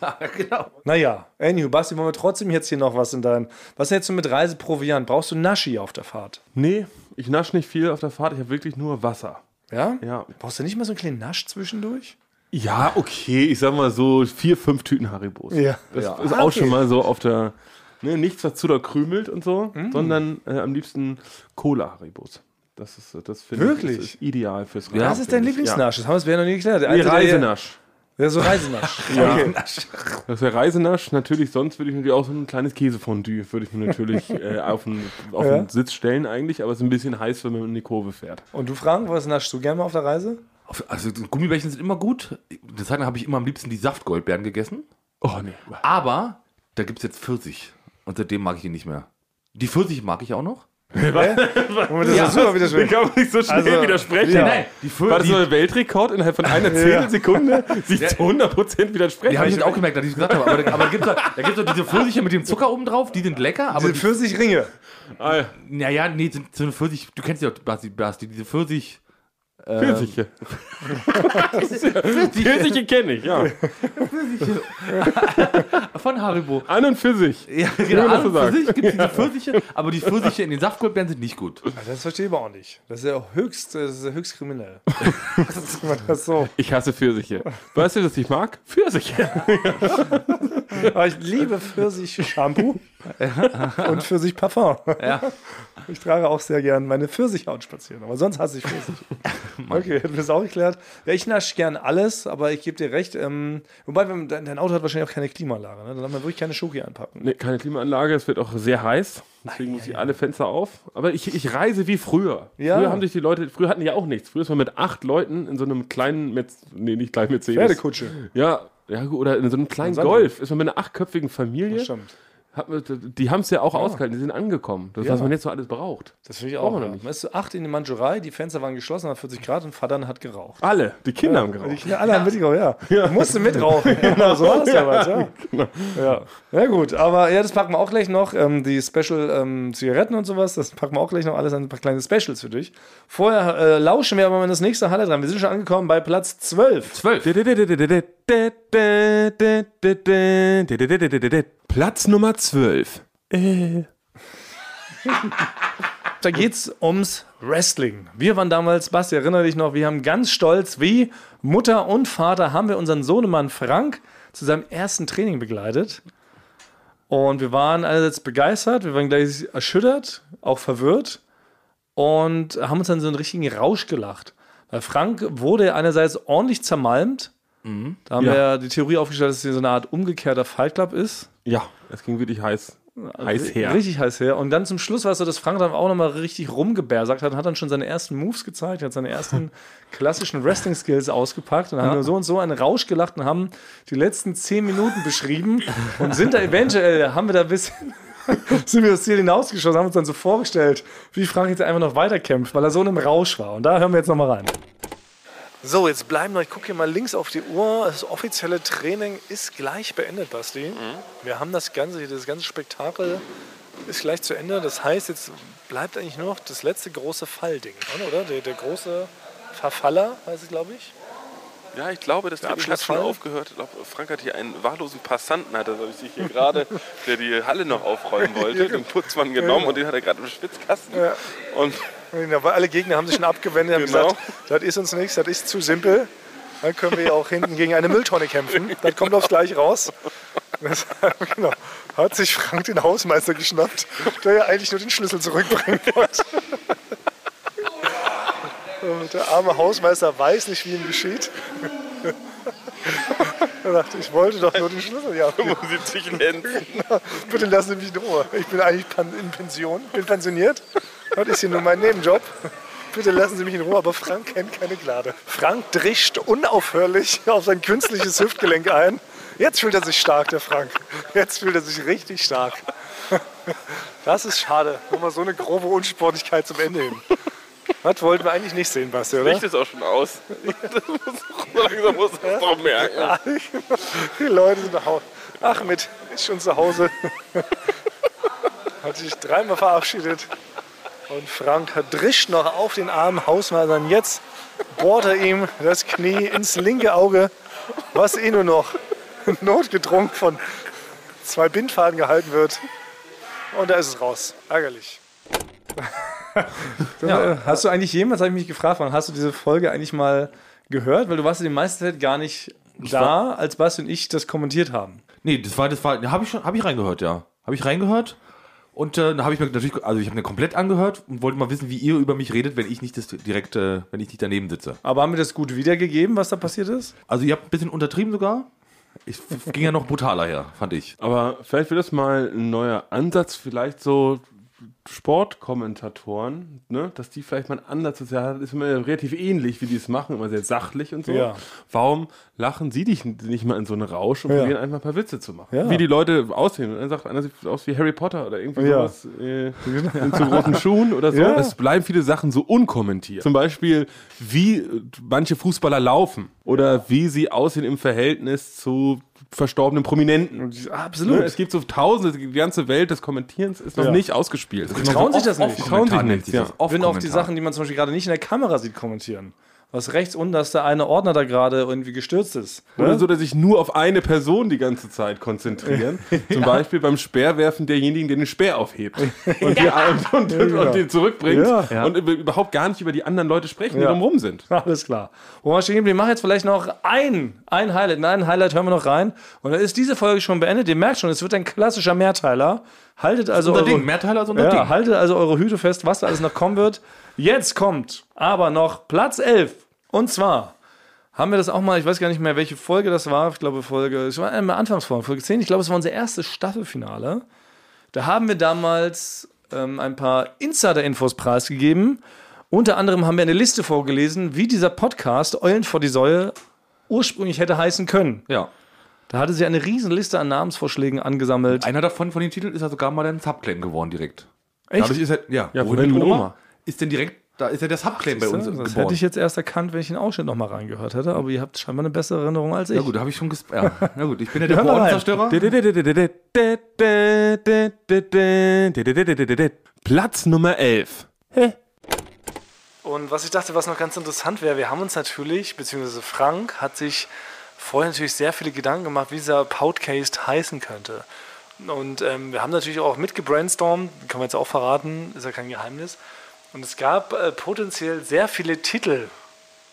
S2: Ja, genau. Naja, anywho, Basti, wollen wir trotzdem jetzt hier noch was in deinem. Was hältst du mit Reiseproviant? Brauchst du Naschi auf der Fahrt?
S3: Nee, ich nasche nicht viel auf der Fahrt, ich habe wirklich nur Wasser.
S2: Ja?
S3: Ja.
S2: Brauchst du nicht mal so einen kleinen Nasch zwischendurch?
S3: Ja, okay, ich sag mal so vier, fünf Tüten Haribos.
S2: Ja.
S3: Das
S2: Ja.
S3: ist
S2: Ah,
S3: auch
S2: okay.
S3: schon mal so auf der. Ne, nichts, was zu da krümelt und so, sondern äh, am liebsten Cola-Haribos. Das ist, äh, das finde
S2: Wirklich?
S3: ich, das ist ideal fürs Reisen.
S2: das ist dein Lieblingsnasch. Das haben wir uns bisher noch nie geklärt. Der
S3: Ja. Nee,
S2: alte, der-
S3: Reisenasch.
S2: Ja, so Reisenasch. Okay.
S3: Das wäre Also Reisenasch. Natürlich, sonst würde ich natürlich auch so ein kleines Käsefondue, würde ich mir natürlich äh, auf den auf
S2: Ja.
S3: den Sitz stellen eigentlich, aber es ist ein bisschen heiß, wenn man in die Kurve fährt.
S2: Und du, Frank, was naschst du gerne mal auf der Reise?
S1: Auf- Also Gummibärchen sind immer gut. Eine Zeit lang habe ich immer am liebsten die Saftgoldbeeren gegessen.
S3: Oh nee.
S1: Aber da gibt es jetzt Pfirsich. Und seitdem mag ich die nicht mehr. Die Pfirsich mag ich auch noch.
S2: Moment, das ist super wieder schön.
S3: Ich kann man nicht so schnell
S2: Also,
S3: widersprechen.
S2: ja.
S1: Nein, die Pfirsich.
S3: War das so ein Weltrekord innerhalb von einer Zehntelsekunde, sich zu 100% widersprechen?
S1: Die habe ich jetzt auch gemerkt, dass ich es gesagt habe. Aber da, aber da gibt es doch, da gibt's doch diese Pfirsiche mit dem Zucker oben drauf, die sind lecker. Aber
S2: Diese
S1: die,
S2: Pfirsichringe.
S3: Ah, ja.
S1: naja, nee, sind, sind Pfirsich, du kennst ja doch, Basti, Basti, diese Pfirsich.
S3: Pfirsiche. äh, Pfirsiche kenne ich, ja.
S1: Von Haribo.
S3: An und für sich.
S1: Ja, genau.
S3: das
S1: An und für
S3: gesagt.
S1: sich gibt es diese Pfirsiche, aber die Pfirsiche in den Saftgoldbeeren sind nicht gut.
S2: Also Das verstehe ich aber auch nicht. Das ist ja auch höchst, das ist ja höchst kriminell. Dass man das so.
S3: Ich hasse Pfirsiche. Weißt du, was ich mag? Pfirsiche.
S2: Aber ich liebe Pfirsich-Shampoo und Pfirsich-Parfum.
S1: Ja.
S2: Ich trage auch sehr gern meine Pfirsichhaut spazieren, aber sonst hasse ich Pfirsich. okay, hätten wir das auch geklärt. Ja, ich nasche gern alles, aber ich gebe dir recht. Ähm, wobei, wenn, dein dein Auto hat wahrscheinlich auch keine Klimaanlage. Ne? Dann darf man wirklich keine Schoki anpacken.
S3: Nee, keine Klimaanlage, es wird auch sehr heiß. Deswegen muss ich alle Fenster auf. Aber ich, ich reise wie früher.
S2: Ja.
S3: Früher haben sich die Leute, früher hatten die ja auch nichts. Früher ist man mit acht Leuten in so einem kleinen, Metz, nee, nicht kleinen Mercedes.
S2: Pferdekutsche.
S3: Ja, ja, oder in so einem kleinen
S2: Sandro.
S3: Golf. Ist man mit einer achtköpfigen Familie.
S2: Stimmt.
S3: Hat man- die haben es ja auch ausgehalten, die sind angekommen. Das, was man jetzt so alles braucht.
S2: Das finde ich auch.
S3: Brauchen wir
S2: ja.
S3: nicht.
S2: Man ist zu acht in die Mandschurei, die Fenster waren geschlossen, hat 40 Grad und Vater hat geraucht.
S3: Alle, die Kinder haben geraucht.
S2: Die Kinder alle haben mitgeraucht, ja. ja. Musste mitrauchen. Genau, so war das damals, ja. Ja. ja, gut, aber ja, das packen wir auch gleich noch. Ähm, die Special-Zigaretten und sowas, das packen wir auch gleich noch alles an ein paar kleine Specials für dich. Vorher äh, lauschen wir aber mal in das nächste Halle dran. Wir sind schon angekommen bei Platz 12.
S3: Platz Nummer 12.
S2: Da geht's ums Wrestling. Wir waren damals, Basti, erinnere dich noch, wir haben ganz stolz, wie Mutter und Vater, haben wir unseren Sohnemann Frank zu seinem ersten Training begleitet. Und wir waren einerseits begeistert, wir waren gleich erschüttert, auch verwirrt und haben uns dann so einen richtigen Rausch gelacht. Weil Frank wurde einerseits ordentlich zermalmt. Da haben
S3: Ja.
S2: wir die Theorie aufgestellt, dass es hier so eine Art umgekehrter Fight Club ist.
S3: Ja, es ging wirklich heiß. Heiß her.
S2: Richtig heiß her. Und dann zum Schluss war es so, dass Frank dann auch nochmal richtig rumgebärsagt hat, hat dann schon seine ersten Moves gezeigt, hat seine ersten klassischen Wrestling-Skills ausgepackt und haben nur so und so einen Rausch gelacht und haben die letzten zehn Minuten beschrieben und sind da eventuell, haben wir da ein bisschen. Sind wir das Ziel hinausgeschossen, haben uns dann so vorgestellt, wie Frank jetzt einfach noch weiterkämpft, weil er so in einem Rausch war. Und da hören wir jetzt nochmal rein. So, jetzt bleiben noch. Ich gucke hier mal links auf die Uhr. Das offizielle Training ist gleich beendet, Basti. Wir haben das ganze, das ganze Spektakel ist gleich zu Ende. Das heißt, jetzt bleibt eigentlich nur noch das letzte große Fallding, oder? Der, der große Verfaller, heißt es, glaube ich.
S8: Ja, ich glaube, das Training hat schon aufgehört. Ich glaube, Frank hat hier einen wahllosen Passanten, hat er glaube ich, sich hier gerade, der die Halle noch aufräumen wollte, den Putzmann genommen und den hat er gerade im Spitzkasten. Und
S2: Da war- Genau, Alle Gegner haben sich schon abgewendet und
S8: Genau.
S2: haben gesagt, das ist uns nichts, das ist zu simpel. Dann können wir ja auch hinten gegen eine Mülltonne kämpfen. Das kommt aufs Gleiche raus. Das, genau. Hat sich Frank den Hausmeister geschnappt, der ja eigentlich nur den Schlüssel zurückbringen wollte. Und der arme Hausmeister weiß nicht, wie ihm geschieht. Er dachte, ich wollte doch nur den Schlüssel. Ja,
S8: 75 Lenzen.
S2: bitte lassen Sie mich in Ruhe. Ich bin eigentlich pan- in Pension, bin pensioniert. Das ist hier nur mein Nebenjob. Bitte lassen Sie mich in Ruhe, aber Frank kennt keine Gnade. Frank drischt unaufhörlich auf sein künstliches Hüftgelenk ein. Jetzt fühlt er sich stark, der Frank. Jetzt fühlt er sich richtig stark. Das ist schade. Nochmal so eine grobe Unsportlichkeit zum Ende hin. Das wollten wir eigentlich nicht sehen, Basti, oder?
S8: Licht ist auch schon aus. Das muss, so langsam muss man es doch merken.
S2: Die Leute sind nach Hause. Ahmed ist schon zu Hause. hat sich dreimal verabschiedet. Und Frank drischt noch auf den armen Hausmeister. Und jetzt bohrt er ihm das Knie ins linke Auge, was eh nur noch notgedrungen von zwei Bindfaden gehalten wird. Und da ist es raus. Ärgerlich.
S9: Hast du eigentlich jemals, habe ich mich gefragt, wann hast du diese Folge eigentlich mal gehört? Weil du warst in der meisten Zeit gar nicht da, als Basti und ich das kommentiert haben.
S1: Nee, das war, das war, habe ich schon, habe ich reingehört, ja. Habe ich reingehört. Und äh, da habe ich mir natürlich, also ich habe mir komplett angehört und wollte mal wissen, wie ihr über mich redet, wenn ich nicht das direkt, äh, wenn ich nicht daneben sitze.
S9: Aber haben wir das gut wiedergegeben, was da passiert ist?
S1: Also ihr habt ein bisschen untertrieben sogar. Ich f- ging ja noch brutaler her, fand ich.
S3: Aber vielleicht wird das mal ein neuer Ansatz, vielleicht so Sportkommentatoren, ne? dass die vielleicht mal einen Ansatz ist. Ja, das ist immer relativ ähnlich, wie die es machen, immer sehr sachlich und so.
S9: Ja.
S3: Warum lachen sie dich nicht mal in so einen Rausch und probieren einfach ein paar Witze zu machen?
S9: Ja.
S3: Wie die Leute aussehen. Und dann sagt einer, sieht aus wie Harry Potter oder irgendwie
S9: Ja.
S3: sowas äh, in zu roten Schuhen oder so.
S9: Ja.
S3: Es bleiben viele Sachen so unkommentiert. Zum Beispiel, wie äh, manche Fußballer laufen oder wie sie aussehen im Verhältnis zu verstorbenen Prominenten.
S9: Absolut.
S3: Ne, Es gibt so tausende, die ganze Welt des Kommentierens ist noch nicht ausgespielt.
S9: Die trauen sich das nicht.
S1: Off-Kommentar
S3: trauen sich
S1: nennt
S3: nichts,
S1: sich
S3: ja.
S1: das. Off-Kommentar.
S9: würden auch die Sachen, die man zum Beispiel gerade nicht in der Kamera sieht, kommentieren. Was rechts unten, dass der eine Ordner da gerade irgendwie gestürzt ist.
S3: Oder Ne? so, dass sich nur auf eine Person die ganze Zeit konzentrieren. Zum Beispiel beim Speerwerfen derjenigen, der den Speer aufhebt und, die, und, und, und den zurückbringt
S9: Ja.
S3: und über- überhaupt gar nicht über die anderen Leute sprechen, die
S9: Ja.
S3: drumherum sind.
S9: Alles klar. Wo wir stehen geblieben, wir machen jetzt vielleicht noch ein, ein Highlight. Nein, ein Highlight hören wir noch rein. Und dann ist diese Folge schon beendet. Ihr merkt schon, es wird ein klassischer Mehrteiler. Haltet also
S1: Unser
S9: eure,
S1: Ding, Mehrteiler ist unser
S9: ja,
S1: Ding.
S9: haltet also eure Hüte fest, was da alles noch kommen wird. Jetzt kommt aber noch Platz 11. Und zwar haben wir das auch mal, ich weiß gar nicht mehr, welche Folge das war. Ich glaube, Folge, es war eine Anfangsfolge, Folge 10. Ich glaube, es war unser erstes Staffelfinale. Da haben wir damals ähm, ein paar Insider-Infos preisgegeben. Unter anderem haben wir eine Liste vorgelesen, wie dieser Podcast Eulen vor die Säue ursprünglich hätte heißen können.
S1: Ja.
S9: Da hatte sie eine riesen Liste an Namensvorschlägen angesammelt.
S1: Einer davon von den Titeln ist ja sogar mal ein Subclaim geworden direkt.
S9: Echt?
S1: Dadurch ist er, ja,
S3: Ja,
S1: wohin
S3: wohin mit Oma?
S1: Ist denn direkt, da ist ja der Subclaim bei uns
S9: das
S1: geboren.
S9: hätte ich jetzt erst erkannt, wenn ich den Ausschnitt nochmal reingehört hätte, aber ihr habt scheinbar eine bessere Erinnerung als ich.
S1: Na gut, da habe ich schon gesp ja, Na gut, ich bin ja der
S9: Hör mal rein.
S1: Bordenzerstörer.
S3: Platz Nummer 11.
S2: Und was ich dachte, was noch ganz interessant wäre, wir haben uns natürlich, beziehungsweise Frank hat sich vorher natürlich sehr viele Gedanken gemacht, wie dieser Podcast heißen könnte. Und ähm, wir haben natürlich auch mitgebrainstormt, kann man jetzt auch verraten, ist ja kein Geheimnis. Und es gab äh, potenziell sehr viele Titel.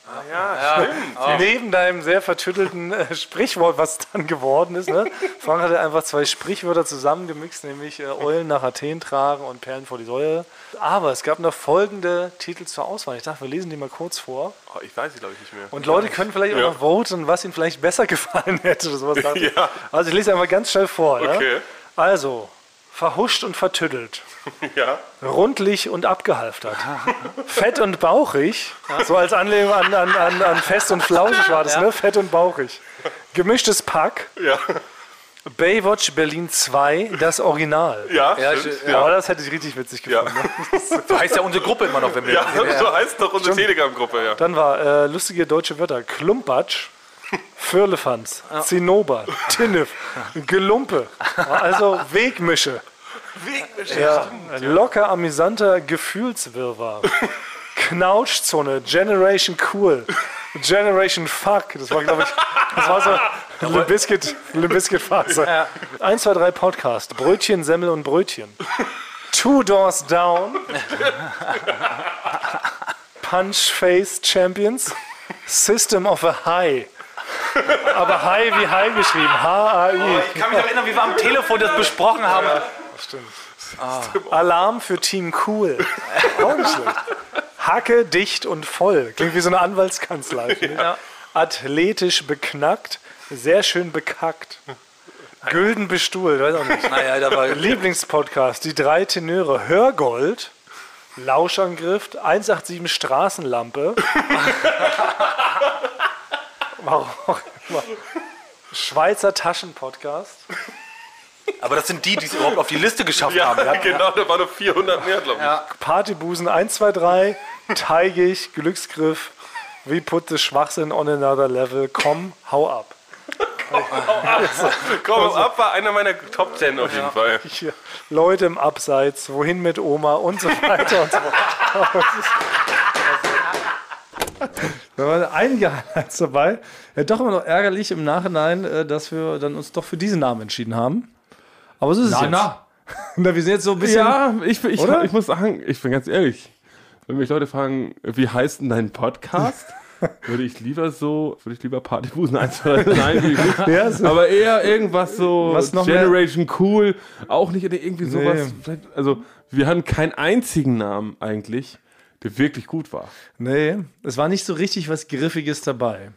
S2: Ah, ja, stimmt. Neben deinem sehr vertüttelten äh, Sprichwort, was dann geworden ist. Ne? Frank hatte einfach zwei Sprichwörter zusammengemixt, nämlich äh, Eulen nach Athen tragen und Perlen vor die Säule. Aber es gab noch folgende Titel zur Auswahl. Ich dachte, wir lesen die mal kurz vor.
S8: Oh, ich weiß sie, glaube ich, nicht mehr.
S2: Und Leute können vielleicht
S8: Ja.
S2: auch noch voten, was ihnen vielleicht besser gefallen hätte oder sowas. dachte ich.
S8: Ja.
S2: Also ich lese einfach ganz schnell vor. Ja?
S8: Okay.
S2: Also, verhuscht und vertüttelt,
S8: Ja.
S2: rundlich und abgehalftert, fett und bauchig, so als Anlehnung an, an, an, an fest und flauschig war das, ne? Fett und bauchig. Gemischtes Pack,
S8: Ja.
S2: Baywatch Berlin 2, das Original.
S8: Ja,
S10: Ja,
S8: stimmt.
S10: ich-
S2: Ja. Aber das hätte ich richtig witzig gefunden. ne?
S10: So heißt ja unsere Gruppe immer noch, wenn wir.
S8: Ja, so heißt doch unsere Telegram-Gruppe, ja.
S2: Dann war äh, lustige deutsche Wörter. Klumpatsch, Firlefanz, Zinnober, Tinnef, Gelumpe. Also Wegmische. Wegmische. Ja. Locker amüsanter Gefühlswirrwarr. Knautschzone, Generation Cool. Generation Fuck. Das war, glaube ich, das war so eine Biscuit, Biscuit Phase. 1, 2, 3 Podcast. Brötchen, Semmel und Brötchen. Two Doors Down. Punch Face Champions. System of a High. Aber High wie High geschrieben. H-A-I.
S5: Oh, Ich kann mich noch erinnern, wie wir am Telefon das besprochen haben.
S2: Ah. Alarm für Team Cool. Auch nicht schlecht. Hacke, dicht und voll. Klingt wie so eine Anwaltskanzlei. Ja. Athletisch beknackt, sehr schön bekackt. Gülden bestuhlt, weiß auch nicht.
S5: Naja, da war
S2: Lieblingspodcast, die drei Tenöre. Hörgold, Lauschangriff, 187 Straßenlampe. Warum auch immer. Schweizer Taschenpodcast.
S5: Aber das sind die, die es überhaupt auf die Liste geschafft haben.
S11: Ja, genau, da waren noch 400 mehr, glaube ich.
S2: Partybusen 123, Teigig, Glücksgriff, wie put the Schwachsinn on another level, komm, hau ab.
S11: Komm, ab war einer meiner Top 10 auf jeden Fall.
S2: Hier, Leute im Abseits, wohin mit Oma und so weiter und so fort. Da waren einige Highlights dabei. Ja, doch immer noch ärgerlich im Nachhinein, äh, dass wir dann uns doch für diesen Namen entschieden haben. Aber so ist es
S1: Na,
S2: jetzt.
S1: na.
S2: Na, wir sind jetzt so ein bisschen.
S3: Ja, ich, ich,
S2: Oder?
S3: ich muss sagen, ich bin ganz ehrlich. Wenn mich Leute fragen, wie heißt denn dein Podcast? würde ich lieber so, würde ich lieber Partybusen 1, 2, 3, nein, wie gut.
S9: Ja, so-
S3: Aber eher irgendwas so
S9: Was noch mehr-
S3: Generation Cool, auch nicht irgendwie sowas.
S9: Nee.
S3: Vielleicht- Also, wir hatten keinen einzigen Namen eigentlich, der wirklich gut war.
S9: Nee, es war nicht so richtig was Griffiges dabei.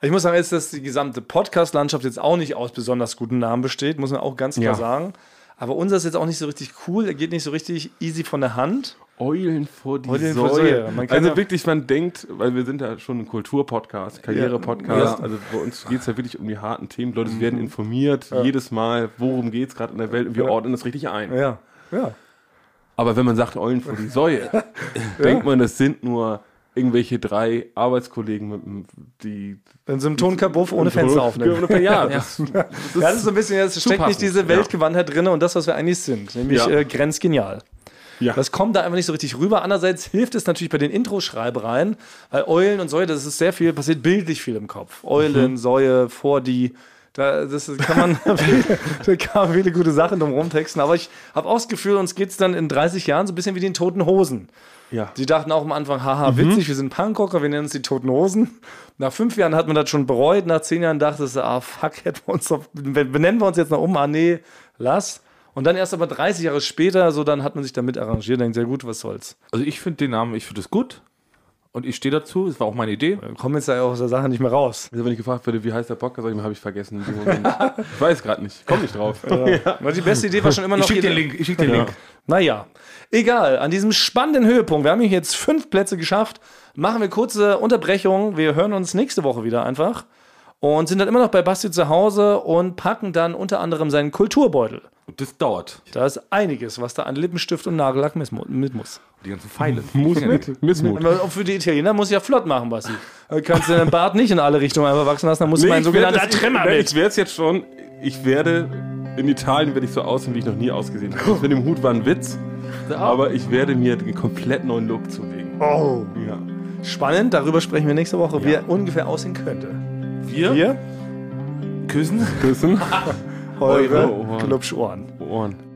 S9: Ich muss sagen, jetzt, dass die gesamte Podcast-Landschaft jetzt auch nicht aus besonders guten Namen besteht, muss man auch ganz klar
S3: Ja.
S9: sagen. Aber unser ist jetzt auch nicht so richtig cool, er geht nicht so richtig easy von der Hand.
S3: Eulen vor die
S9: Eulen vor
S3: Säue.
S9: Säue. Man kann
S3: also
S9: ja-
S3: wirklich, man denkt, weil wir sind ja schon ein Kulturpodcast, Karriere-Podcast, also bei uns geht es ja wirklich um die harten Themen. Leute
S9: Mhm.
S3: werden informiert jedes Mal, worum geht es gerade in der Welt und wir ordnen das richtig ein.
S9: Ja, ja.
S3: Aber wenn man sagt Eulen vor die Säue, denkt man, das sind nur irgendwelche drei Arbeitskollegen, mit, dem- die
S9: In so einem Tonkabuff ohne Fenster aufnehmen.
S3: Ja, Das,
S9: Ja, das ist so ein bisschen, jetzt steckt nicht
S3: Zupassend,
S9: diese
S3: ja.
S9: Weltgewandtheit drin und das, was wir eigentlich sind, nämlich
S3: Ja.
S9: äh, grenzgenial.
S3: Ja.
S9: Das kommt da einfach nicht so richtig rüber. Andererseits hilft es natürlich bei den Intro-Schreibereien, weil Eulen und Säue, das ist sehr viel, passiert bildlich viel im Kopf.
S3: Mhm.
S9: Eulen, Säue, vor die. Da, das kann man, da kann man viele gute Sachen drum rumtexten. Aber ich habe auch das Gefühl, uns geht es dann in 30 Jahren so ein bisschen wie den Toten Hosen.
S3: ja. Mhm.
S9: Die dachten auch am Anfang, haha, witzig, wir sind Punkrocker, wir nennen uns die Toten Hosen. Nach fünf Jahren hat man das schon bereut, nach zehn Jahren dachte es, ah, fuck, hätten wir uns doch, benennen wir uns jetzt noch um, ah, nee, lass. Und dann erst aber 30 Jahre später, so dann hat man sich damit arrangiert, denkt, sehr gut, was soll's.
S1: Also ich finde den Namen, ich finde es gut. Und ich stehe dazu, es war auch meine Idee.
S9: Wir kommen jetzt ja aus der Sache nicht mehr raus.
S3: Also wenn ich gefragt werde, wie heißt der Podcast, sag ich mal, habe ich vergessen. in dem Moment. ich weiß gerade nicht, komme nicht drauf.
S9: Aber die beste Idee war schon immer noch.
S1: schick
S9: jede-
S1: Link, ich schick den Link.
S9: Naja, egal, an diesem spannenden Höhepunkt, wir haben hier jetzt fünf Plätze geschafft, machen wir kurze Unterbrechung, wir hören uns nächste Woche wieder einfach und sind dann immer noch bei Basti zu Hause und packen dann unter anderem seinen Kulturbeutel.
S1: Das dauert.
S9: Da ist einiges, was da an Lippenstift und Nagellack mis- mit muss.
S1: Die ganzen Pfeile.
S3: Muss mit, Missmut.
S9: Aber auch für die Italiener muss ich ja flott machen, Basti. Da kannst du deinen Bart nicht in alle Richtungen einfach wachsen lassen, da muss nee, mein
S3: ich werd
S9: sogenannter
S3: das-
S9: Trimmer
S3: nein,
S9: mit.
S3: Ich werde es jetzt schon. Ich werde in Italien werde ich so aussehen, wie ich noch nie ausgesehen habe. Das mit dem Hut war ein Witz, aber ich werde mir den komplett neuen Look zulegen.
S9: Oh.
S3: Ja.
S9: Spannend, darüber sprechen wir nächste Woche, wie er ungefähr aussehen könnte.
S1: Wir,
S9: Hier,
S1: küssen.
S3: Küssen.
S9: eure
S3: Ohren.
S9: Klubschohren.
S3: Ohren.